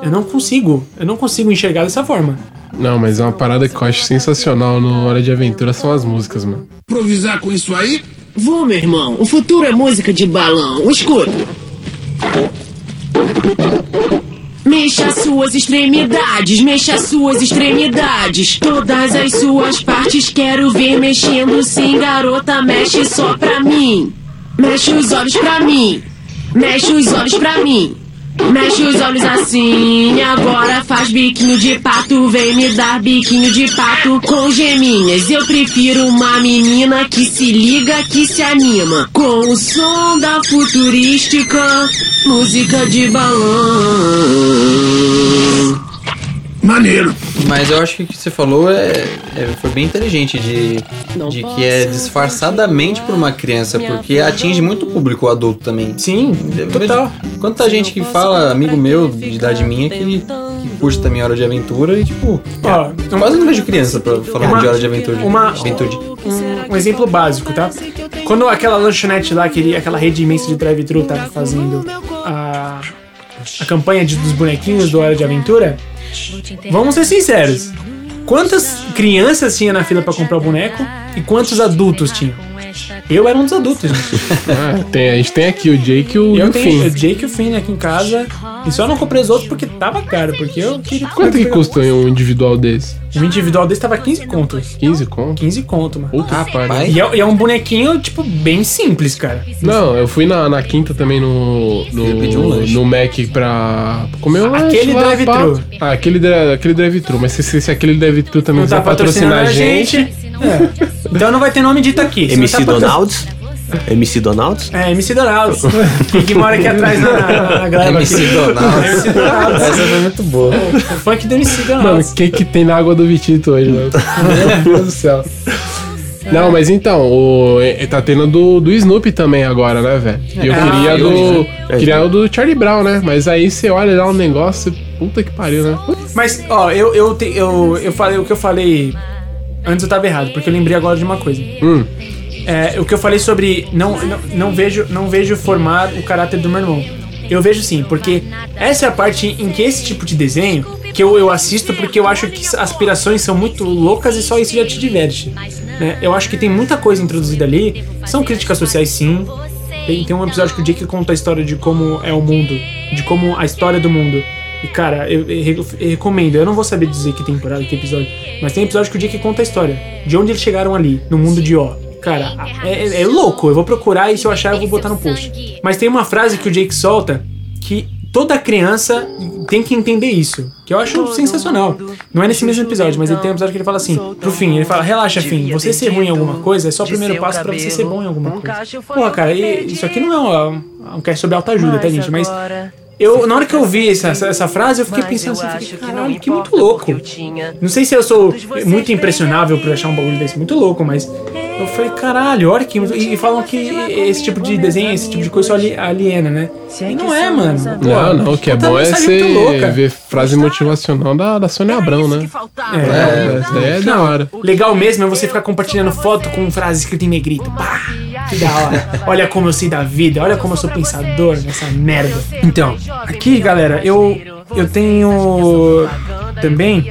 Speaker 2: Eu não consigo. Eu não consigo enxergar dessa forma.
Speaker 4: Não, mas é uma parada que eu acho sensacional no Hora de Aventura são as músicas, mano.
Speaker 8: improvisar com isso aí?
Speaker 5: Vou, meu irmão. O futuro é música de balão. Escuta. Mexa suas extremidades, mexa suas extremidades. Todas as suas partes quero ver mexendo sim, garota. Mexe só pra mim. Mexe os olhos pra mim. Mexe os olhos pra mim. Mexe os olhos assim, agora faz biquinho de pato, vem me dar biquinho de pato com geminhas. Eu prefiro uma menina que se liga, que se anima, com o som da futurística, música de balão.
Speaker 8: Maneiro.
Speaker 3: Mas eu acho que o que você falou é, é- foi bem inteligente de, de que é disfarçadamente por uma criança, porque atinge muito o público adulto também.
Speaker 2: Sim, total.
Speaker 3: Quanta gente que fala, amigo meu, de idade minha, que, que curte também Hora de Aventura e, tipo,
Speaker 2: Ó,
Speaker 3: eu quase não vejo criança pra, falando
Speaker 2: Uma-
Speaker 3: de Hora de Aventura.
Speaker 2: uma-
Speaker 3: Aventude.
Speaker 2: um, um exemplo básico, tá? Quando aquela lanchonete lá, aquele, aquela rede imensa de drive-thru tava tá fazendo a, a campanha de- dos bonequinhos do Hora de Aventura, vamos ser sinceros. Quantas crianças tinha na fila pra comprar o boneco e quantos adultos tinham? Eu era um dos adultos, gente.
Speaker 4: Ah, tem, a gente tem aqui o Jake e o, e
Speaker 2: Eu
Speaker 4: o
Speaker 2: tenho o
Speaker 4: Finn.
Speaker 2: Jake e o Finn aqui em casa. E só não comprei os outros porque tava caro, porque eu queria.
Speaker 4: Quanto que custa um individual desse?
Speaker 2: O individual desse tava 15 contos.
Speaker 4: 15 conto?
Speaker 2: 15 conto, mano.
Speaker 4: Puta que pariu.
Speaker 3: Rapaz.
Speaker 2: E é, e é um bonequinho, tipo, bem simples, cara.
Speaker 4: Não, eu fui na, na quinta também no,
Speaker 3: Ele pediu um
Speaker 4: no,
Speaker 3: lanche.
Speaker 4: no Mac pra comer um lanche
Speaker 2: Aquele
Speaker 4: lá,
Speaker 2: drive-thru.
Speaker 4: pá. Ah, aquele, dri- aquele drive-thru. Mas se, se, se aquele drive-thru também
Speaker 2: Não
Speaker 4: quiser
Speaker 2: tá patrocinando a gente. É. Então não vai ter nome dito aqui. Se não
Speaker 1: MC
Speaker 2: tá patro-
Speaker 1: Donalds? MC Donalds?
Speaker 2: É, MC Donalds. que, que mora aqui atrás na, na, na grama.
Speaker 3: MC
Speaker 2: aqui.
Speaker 3: Donalds.
Speaker 2: MC Donalds. Essa foi muito boa. É, O funk do MC
Speaker 4: Mano,
Speaker 2: Donalds.
Speaker 4: o que que tem na água do Vitito hoje, mano? Meu Deus do céu. Não, mas então, o, é- tá tendo do, do Snoopy também agora, né, velho? E eu
Speaker 2: Ah,
Speaker 4: queria
Speaker 2: eu
Speaker 4: do.
Speaker 1: vi. É,
Speaker 4: queria
Speaker 1: sim.
Speaker 4: o do Charlie Brown, né? Mas aí você olha lá um negócio, puta que pariu, né?
Speaker 2: Mas, ó, eu, eu, te- eu, eu falei o que eu falei. Antes eu tava errado, porque eu lembrei agora de uma coisa.
Speaker 4: Hum.
Speaker 2: É, o que eu falei sobre. Não, não, não vejo, não vejo formar o caráter do meu irmão. Eu vejo sim, porque essa é a parte em que esse tipo de desenho que eu, eu assisto porque eu acho que aspirações são muito loucas e só isso já te diverte. né? Eu acho que tem muita coisa introduzida ali. São críticas sociais sim. Tem, tem um episódio que o Jake conta a história de como é o mundo, de como a história do mundo. E cara, eu, eu re- eu recomendo. Eu não vou saber dizer que temporada, que episódio, mas tem episódio que o Jake conta a história de onde eles chegaram ali, no mundo de Ó. Cara, é, é- é louco. Eu vou procurar e se eu achar eu vou botar no post. Mas tem uma frase que o Jake solta que toda criança tem que entender isso, que eu acho sensacional. Não é nesse mesmo episódio, mas ele tem um episódio que ele fala assim, pro fim, ele fala: "Relaxa, fim, você ser ruim em alguma coisa é só o primeiro passo pra você ser bom em alguma coisa". Porra, cara, e- isso aqui não é um, um cast sobre autoajuda, tá gente, mas eu, na hora que eu vi essa, essa, essa frase, eu fiquei pensando assim, eu fiquei, caralho, que muito louco. Não sei se eu sou muito impressionável por achar um bagulho desse muito louco, mas eu falei, caralho, olha que. E, e falam que esse tipo de desenho, esse tipo de coisa só ali- aliena, né? E não é, mano. Pô,
Speaker 4: Não, não, o que é
Speaker 2: puta
Speaker 4: bom é
Speaker 2: mensagem
Speaker 4: você
Speaker 2: muito louca.
Speaker 4: ver frase motivacional da, da Sônia Abrão, né?
Speaker 3: tá
Speaker 2: É.
Speaker 4: É, essa daí é da hora.
Speaker 2: Legal mesmo é você ficar compartilhando foto com frases escritas em negrito. Pá! Que da hora. Olha como eu sei da vida, olha como eu sou pensador nessa merda. Então, aqui, galera, eu, tá eu tenho também,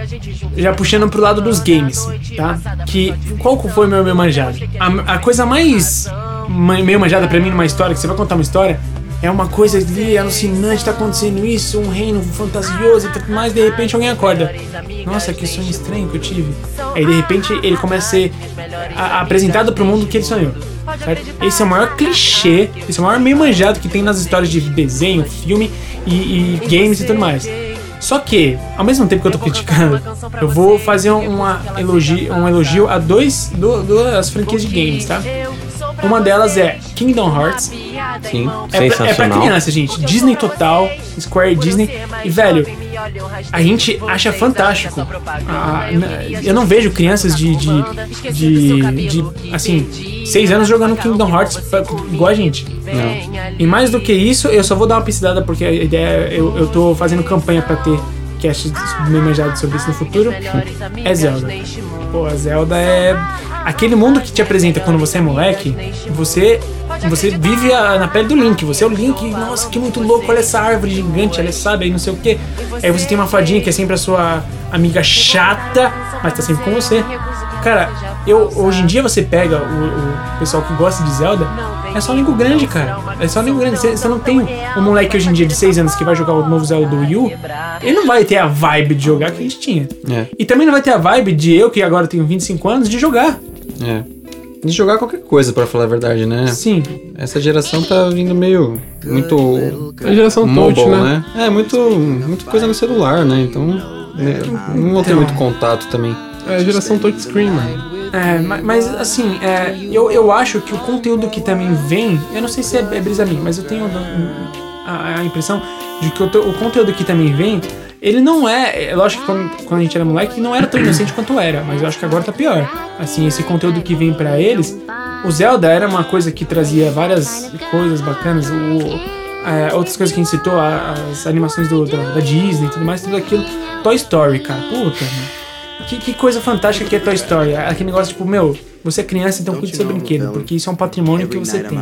Speaker 2: já puxando pro lado dos games, tá? Que qual que foi meu meio manjado? A, a coisa mais ma- meio manjada pra mim numa história, que você vai contar uma história, é uma coisa ali alucinante, tá acontecendo isso, um reino fantasioso e tudo mais, de repente alguém acorda. Nossa, que sonho estranho que eu tive. Aí de repente ele começa a ser a- apresentado pro mundo que ele sonhou. certo? Esse é o maior clichê, esse é o maior meio manjado que tem nas histórias de desenho, filme e, e games e tudo mais. Só que, ao mesmo tempo que eu tô criticando, eu vou fazer uma elogi- um elogio a dois, du- duas franquias de games, tá? Uma delas é Kingdom Hearts,
Speaker 3: Sim.
Speaker 2: é pra, é pra
Speaker 1: Sensacional.
Speaker 2: criança, gente. Disney total, Square Disney. E, velho, a gente acha fantástico. Ah, na- eu não vejo crianças de, de, de, de, assim, seis anos jogando Kingdom Hearts pra- igual a gente. E mais do que isso, eu só vou dar uma pincelada, porque a ideia é- eu, eu tô fazendo campanha pra ter cast memejado sobre isso no futuro. É Zelda. Pô, Zelda é aquele mundo que te apresenta quando você é moleque. Você você vive a- na pele do Link. Você é o Link. e, Nossa, que muito louco! Olha essa árvore gigante. Olha, sabe aí não sei o quê. Aí você tem uma fadinha que é sempre a sua amiga chata, mas tá sempre com você. Cara, eu hoje em dia você pega o, o pessoal que gosta de Zelda. É só amigo grande, cara. É só amigo grande. Você você não tem um moleque hoje em dia de 6 anos que vai jogar o novo Zelda do Wii U. Ele não vai ter a vibe de jogar que a gente tinha.
Speaker 3: É,
Speaker 2: E também não vai ter a vibe de eu, que agora tenho 25 anos, de jogar.
Speaker 3: é. De jogar qualquer coisa, pra falar a verdade, né?
Speaker 2: Sim.
Speaker 3: Essa geração tá vindo meio. Muito.
Speaker 4: É a
Speaker 1: Um
Speaker 4: geração touch,
Speaker 3: Mobile,
Speaker 4: né?
Speaker 3: né? É, muito, muito coisa no celular, né? Então. né, Não vou ter
Speaker 1: Então.
Speaker 3: muito contato também.
Speaker 4: É a geração touchscreen, mano.
Speaker 2: É, ma- mas assim, é, eu, eu acho que o conteúdo que também vem, eu não sei se é, é brisa minha, mas eu tenho um a, a impressão de que o, to- o conteúdo que também vem, ele não é, é lógico que quando, quando a gente era moleque não era tão inocente quanto era, mas eu acho que agora tá pior. Assim, esse conteúdo que vem pra eles, o Zelda era uma coisa que trazia várias coisas bacanas, o é, outras coisas que a gente citou, a- as animações do- da, da Disney e tudo mais, tudo aquilo. Toy Story, cara, puta, mano. Que, que coisa fantástica que é Toy Story. Aquele negócio tipo, meu, você é criança, então cuide do seu brinquedo, porque isso é um patrimônio que você tem.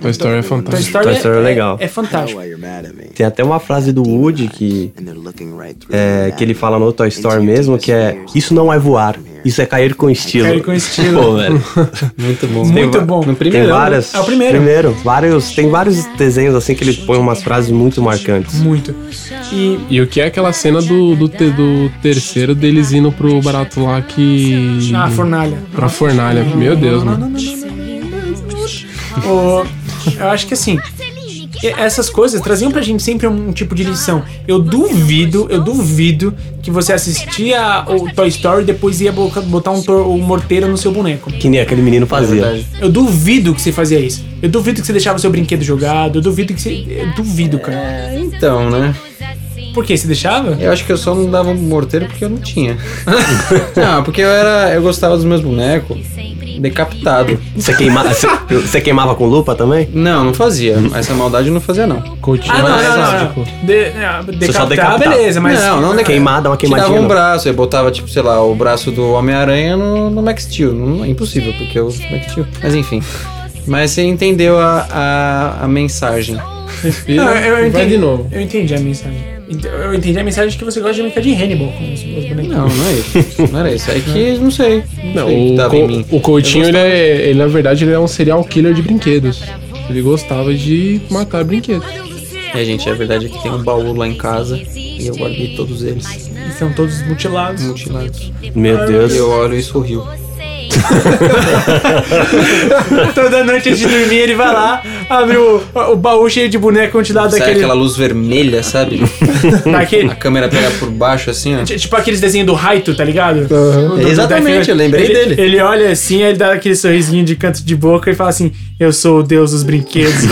Speaker 4: Toy Story é fantástico.
Speaker 2: Toy Story,
Speaker 1: Toy Story é legal.
Speaker 2: É, fantástico.
Speaker 1: Tem até uma frase do Woody que, é, que ele fala no Toy Story mesmo, que é Isso não é voar, isso é cair com estilo.
Speaker 2: Cair com estilo.
Speaker 1: Pô, velho.
Speaker 3: Muito bom.
Speaker 2: Muito
Speaker 1: va-
Speaker 2: bom.
Speaker 3: No
Speaker 1: Tem
Speaker 3: primeiro.
Speaker 1: várias.
Speaker 2: É o primeiro.
Speaker 1: vários, tem vários desenhos assim que ele põe umas frases muito marcantes.
Speaker 2: Muito. E
Speaker 4: E o que é aquela cena do, do, te- do terceiro deles indo pro barato lá que.
Speaker 2: na Ah, fornalha.
Speaker 4: Pra Uhum. fornalha. Meu Deus,
Speaker 2: Não, não,
Speaker 4: mano.
Speaker 2: não, não, não, não. O- eu acho que assim, e- essas coisas traziam pra gente sempre um tipo de lição. Eu duvido, eu duvido que você assistia o Toy Story e depois ia boca- botar um, tor- um morteiro no seu boneco.
Speaker 1: Que nem aquele
Speaker 3: É
Speaker 1: menino fazia.
Speaker 2: Eu duvido que você fazia isso. Eu duvido que você deixava o seu brinquedo jogado. Eu duvido que você. Eu duvido, cara.
Speaker 3: É, então, né?
Speaker 2: Por que? Você deixava?
Speaker 3: Eu acho que eu só não um dava morteiro porque eu não tinha. não, porque eu era. Eu gostava dos meus bonecos. decapitado.
Speaker 1: Você, queima, você, você queimava com lupa também?
Speaker 3: Não, não fazia. Essa maldade eu não fazia, não.
Speaker 4: Coutinho.
Speaker 2: Ah, não,
Speaker 3: Mas,
Speaker 2: não, não.
Speaker 4: tipo,
Speaker 2: não. De, ah, decapitar,
Speaker 1: decapitar.
Speaker 2: beleza, mas.
Speaker 3: não, não decapitado.
Speaker 1: Queimar, dá uma
Speaker 3: Tirava
Speaker 1: queimadinha,
Speaker 3: um
Speaker 1: não.
Speaker 3: braço, eu botava, tipo, sei lá, o braço do Homem-Aranha no, no Max Steel. Não, é impossível, porque é o Max Steel. Mas enfim. Mas você entendeu a, a, a mensagem.
Speaker 4: respira
Speaker 2: Não, eu, eu
Speaker 4: e vai
Speaker 2: entendi.
Speaker 4: de novo.
Speaker 2: Eu entendi a mensagem. Ent- Eu entendi a mensagem que você gosta de brincar de Hannibal com os, os bonequinhos.
Speaker 3: Não, não é isso. Não era isso. É que não sei. Não,
Speaker 4: Não,
Speaker 3: sei o que
Speaker 4: o,
Speaker 3: tava em
Speaker 4: Co-
Speaker 3: mim.
Speaker 4: o Coutinho, ele, é, ele, na verdade, ele é um serial killer de brinquedos. Ele gostava de matar brinquedos.
Speaker 3: É, gente, a verdade é que tem um baú lá em casa e eu guardei todos eles
Speaker 2: Eles São todos mutilados.
Speaker 3: mutilados.
Speaker 1: Meu Deus.
Speaker 3: E eu olho e sorrio.
Speaker 2: Então, Toda noite antes de dormir, ele vai lá, abre o, o baú cheio de boneca quantidade
Speaker 3: Sai
Speaker 2: daquele.
Speaker 3: aquela luz vermelha, sabe?
Speaker 2: daquele
Speaker 3: A câmera pega por baixo assim, ó.
Speaker 2: t- tipo aqueles desenhos do Raito, tá ligado? Do- do-
Speaker 3: Exatamente,
Speaker 2: da-
Speaker 3: eu lembrei
Speaker 2: ele,
Speaker 3: dele.
Speaker 2: Ele olha assim, aí ele dá aquele sorrisinho de canto de boca e fala assim: Eu sou o deus dos brinquedos.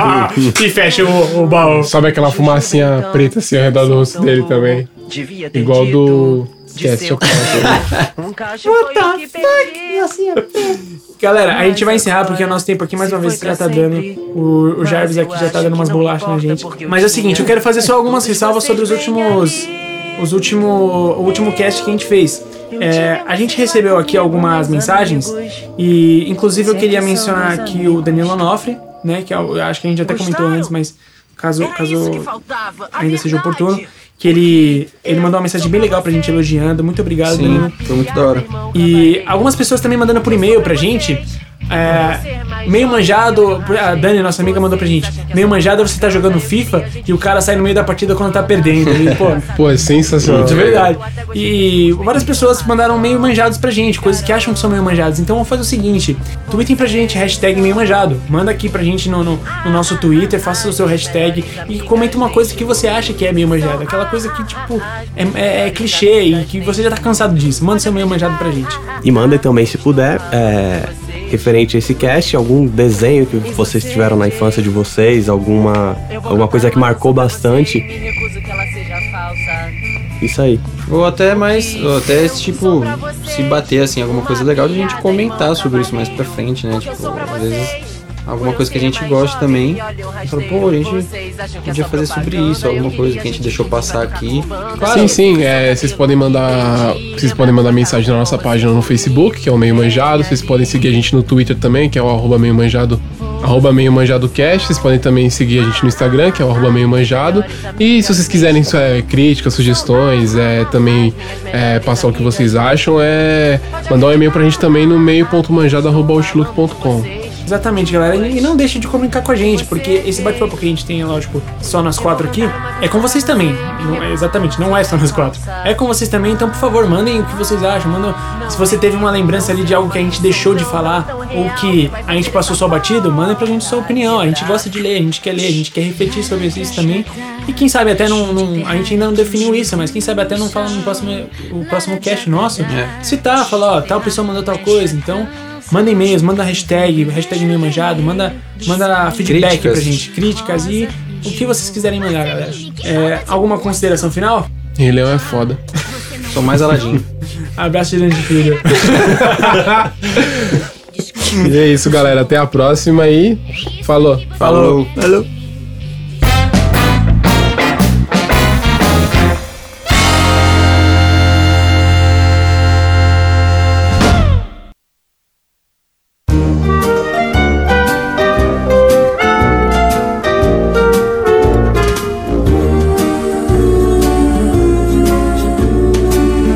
Speaker 2: e fecha o, o baú.
Speaker 4: Sabe aquela fumacinha preta assim ao redor do rosto dele também?
Speaker 9: Devia ter
Speaker 4: Igual
Speaker 9: dito
Speaker 4: do. Esquece, eu falo.
Speaker 9: Um cachorro foi o que perdi.
Speaker 2: Galera, a gente vai encerrar porque o nosso tempo aqui mais uma vez já tá dando. O, o Jarvis aqui já tá dando umas bolachas na gente. Mas é o seguinte, eu quero fazer só algumas ressalvas sobre os últimos. Os último, o último cast que a gente fez. É, a gente recebeu aqui algumas mensagens e, inclusive, eu queria mencionar aqui o Danilo Onofre, né? Que eu acho que a gente até comentou antes, mas caso,
Speaker 9: É
Speaker 2: caso ainda seja oportuno, que ele, ele assim. mandou uma mensagem bem legal pra gente elogiando. Muito obrigado, Danilo.
Speaker 3: Sim, foi muito da hora.
Speaker 2: E algumas pessoas também mandando por e-mail pra gente. é, meio manjado, a Dani, nossa amiga, mandou pra gente. Meio manjado você tá jogando FIFA e o cara sai no meio da partida quando tá perdendo. E, pô,
Speaker 4: Pô, é sensacional.
Speaker 2: de verdade. E várias pessoas mandaram meio manjados pra gente, coisas que acham que são meio manjados. Então vamos fazer o seguinte: tweetem pra gente, hashtag meio manjado. Manda aqui pra gente no, no, no nosso Twitter, faça o seu hashtag e comenta uma coisa que você acha que é meio manjado. Aquela coisa que, tipo, é, é- é clichê e que você já tá cansado disso. Manda seu meio manjado pra gente.
Speaker 1: E mandem também, se puder, é, referente a esse cast, algum desenho que vocês tiveram na infância de vocês, alguma, alguma coisa que marcou bastante. Isso aí.
Speaker 3: Ou até mais, ou até tipo, se bater assim, alguma coisa legal de a gente comentar sobre isso mais pra frente, né? Tipo, às vezes alguma coisa que a gente gosta também. Fala, pô, a gente podia fazer sobre isso, alguma coisa que a gente deixou passar aqui.
Speaker 4: Sim, sim, é, vocês podem mandar. Vocês podem mandar mensagem na nossa página no Facebook, que é o Meio Manjado. Vocês podem seguir a gente no Twitter também, que é o arroba meio manjado. Arroba meio manjado cast. Vocês podem também seguir a gente no Instagram, que é o arroba meio manjado. E se vocês quiserem é, críticas, sugestões, é, também é, passar o que vocês acham, é mandar um e-mail pra gente também no meio.manjado.outlook.com.
Speaker 2: Exatamente, galera. E não deixe de comunicar com a gente, porque esse bate-papo que a gente tem, é lógico, só nós quatro aqui, é com vocês também. Não é- exatamente, não é só nós quatro. É com vocês também, então, por favor, mandem o que vocês acham. Mandam, se você teve uma lembrança ali de algo que a gente deixou de falar ou que a gente passou só batido, mandem pra gente sua opinião. A gente gosta de ler, a gente quer ler, a gente quer refletir sobre isso também. E quem sabe até não. não- a gente ainda não definiu isso, mas quem sabe até não fala no próximo, o próximo cast nosso. Citar, falar, ó, tal pessoa mandou tal coisa, então. Manda e-mails, manda hashtag, hashtag meio manjado, manda, manda feedback
Speaker 3: Críticas.
Speaker 2: pra gente, críticas e o que vocês quiserem mandar, galera. É, alguma consideração final?
Speaker 4: Rei Leão é foda.
Speaker 3: Sou mais aladinho.
Speaker 2: Abraço de grande filho.
Speaker 4: E é isso, galera. Até a próxima e falou.
Speaker 3: Falou.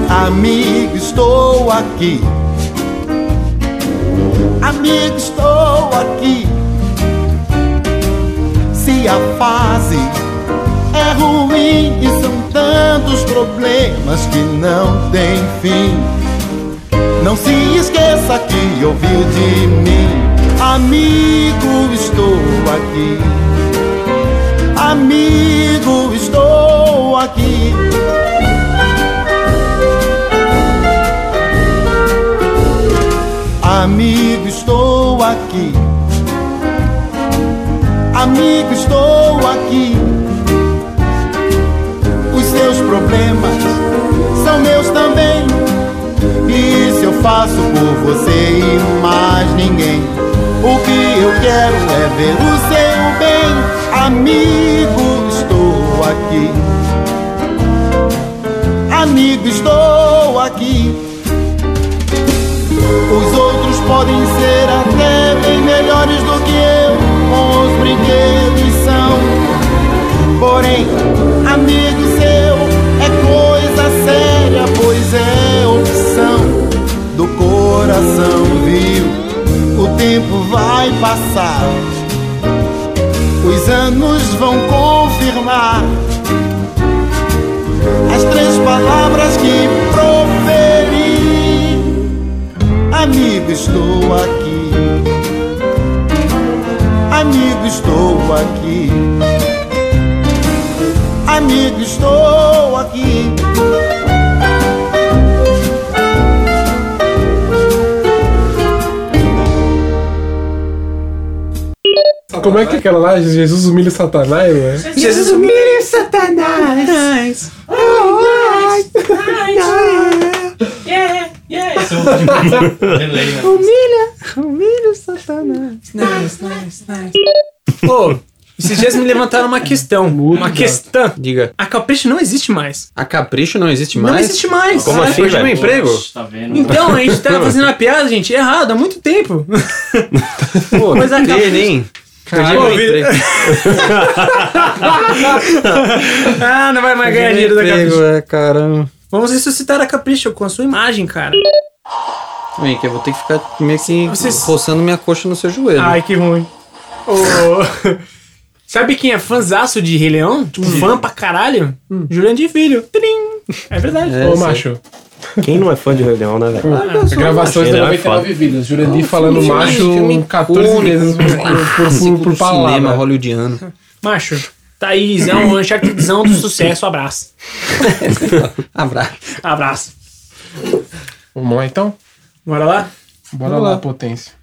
Speaker 10: Amigo, estou aqui. Amigo, estou aqui. Se a fase é ruim e são tantos problemas que não tem fim. Não se esqueça que ouviu de mim. Amigo, estou aqui. Amigo, estou aqui. Amigo, estou aqui. Amigo, estou aqui. Os seus problemas são meus também. E se eu faço por você e mais ninguém. O que eu quero é ver o seu bem, amigo, estou aqui. Amigo, estou aqui. Os outros podem ser até bem melhores do que eu, bons brinquedos são. Porém, amigo seu é coisa séria, pois é opção do coração, viu? O tempo vai passar, os anos vão confirmar as três palavras que proferi. Amigo, estou aqui. Amigo, estou aqui. Amigo, estou aqui.
Speaker 4: Como é que é aquela lá? Jesus humilha Satanás, né?
Speaker 2: Jesus humilha Satanás.
Speaker 9: Yeah, yeah.
Speaker 2: Nice, nice, nice. Pô, esses dias me levantaram uma questão. Uma questão.
Speaker 3: Diga,
Speaker 2: A Capricho não existe mais.
Speaker 3: a Capricho não existe mais?
Speaker 2: Não existe mais.
Speaker 1: Como
Speaker 2: É.
Speaker 1: assim,
Speaker 3: Perdeu meu
Speaker 1: velho?
Speaker 3: emprego?
Speaker 2: Então, a gente tava fazendo a piada, gente, errado, há muito tempo.
Speaker 3: Pô,
Speaker 2: Mas a Capricho-
Speaker 3: dele, hein? Perdi
Speaker 2: Pô,
Speaker 3: meu
Speaker 2: vi-
Speaker 3: emprego.
Speaker 2: Ah, não vai mais ganhar dinheiro da
Speaker 3: Emprego,
Speaker 2: Capricho.
Speaker 3: é, caramba.
Speaker 2: Vamos ressuscitar a Capricho com a sua imagem, cara.
Speaker 3: Vem, que eu vou ter que ficar meio que
Speaker 4: Ah,
Speaker 2: Vocês-
Speaker 3: roçando minha coxa no seu joelho.
Speaker 2: Ai, que ruim. Ô, Sabe quem é fãzaço de Rei Leão? Tipo, fã pra caralho? Jurandir Filho. Trim. É verdade.
Speaker 3: É,
Speaker 4: Ô,
Speaker 3: sim.
Speaker 4: macho.
Speaker 1: Quem não é fã de Rei Leão, né, velho?
Speaker 4: A gravação é
Speaker 1: Ele é
Speaker 4: 99
Speaker 1: foda.
Speaker 4: vidas. Jurandir falando
Speaker 3: filme,
Speaker 4: macho
Speaker 3: filme
Speaker 4: 14 vezes por, por, por, por
Speaker 3: cinema
Speaker 4: palavra.
Speaker 3: hollywoodiano.
Speaker 2: Macho, Thaís é um Unchartedzão do sucesso. Abraço.
Speaker 3: Abraço.
Speaker 2: Abraço.
Speaker 4: Vamos lá então?
Speaker 2: Bora lá?
Speaker 4: Bora lá, potência.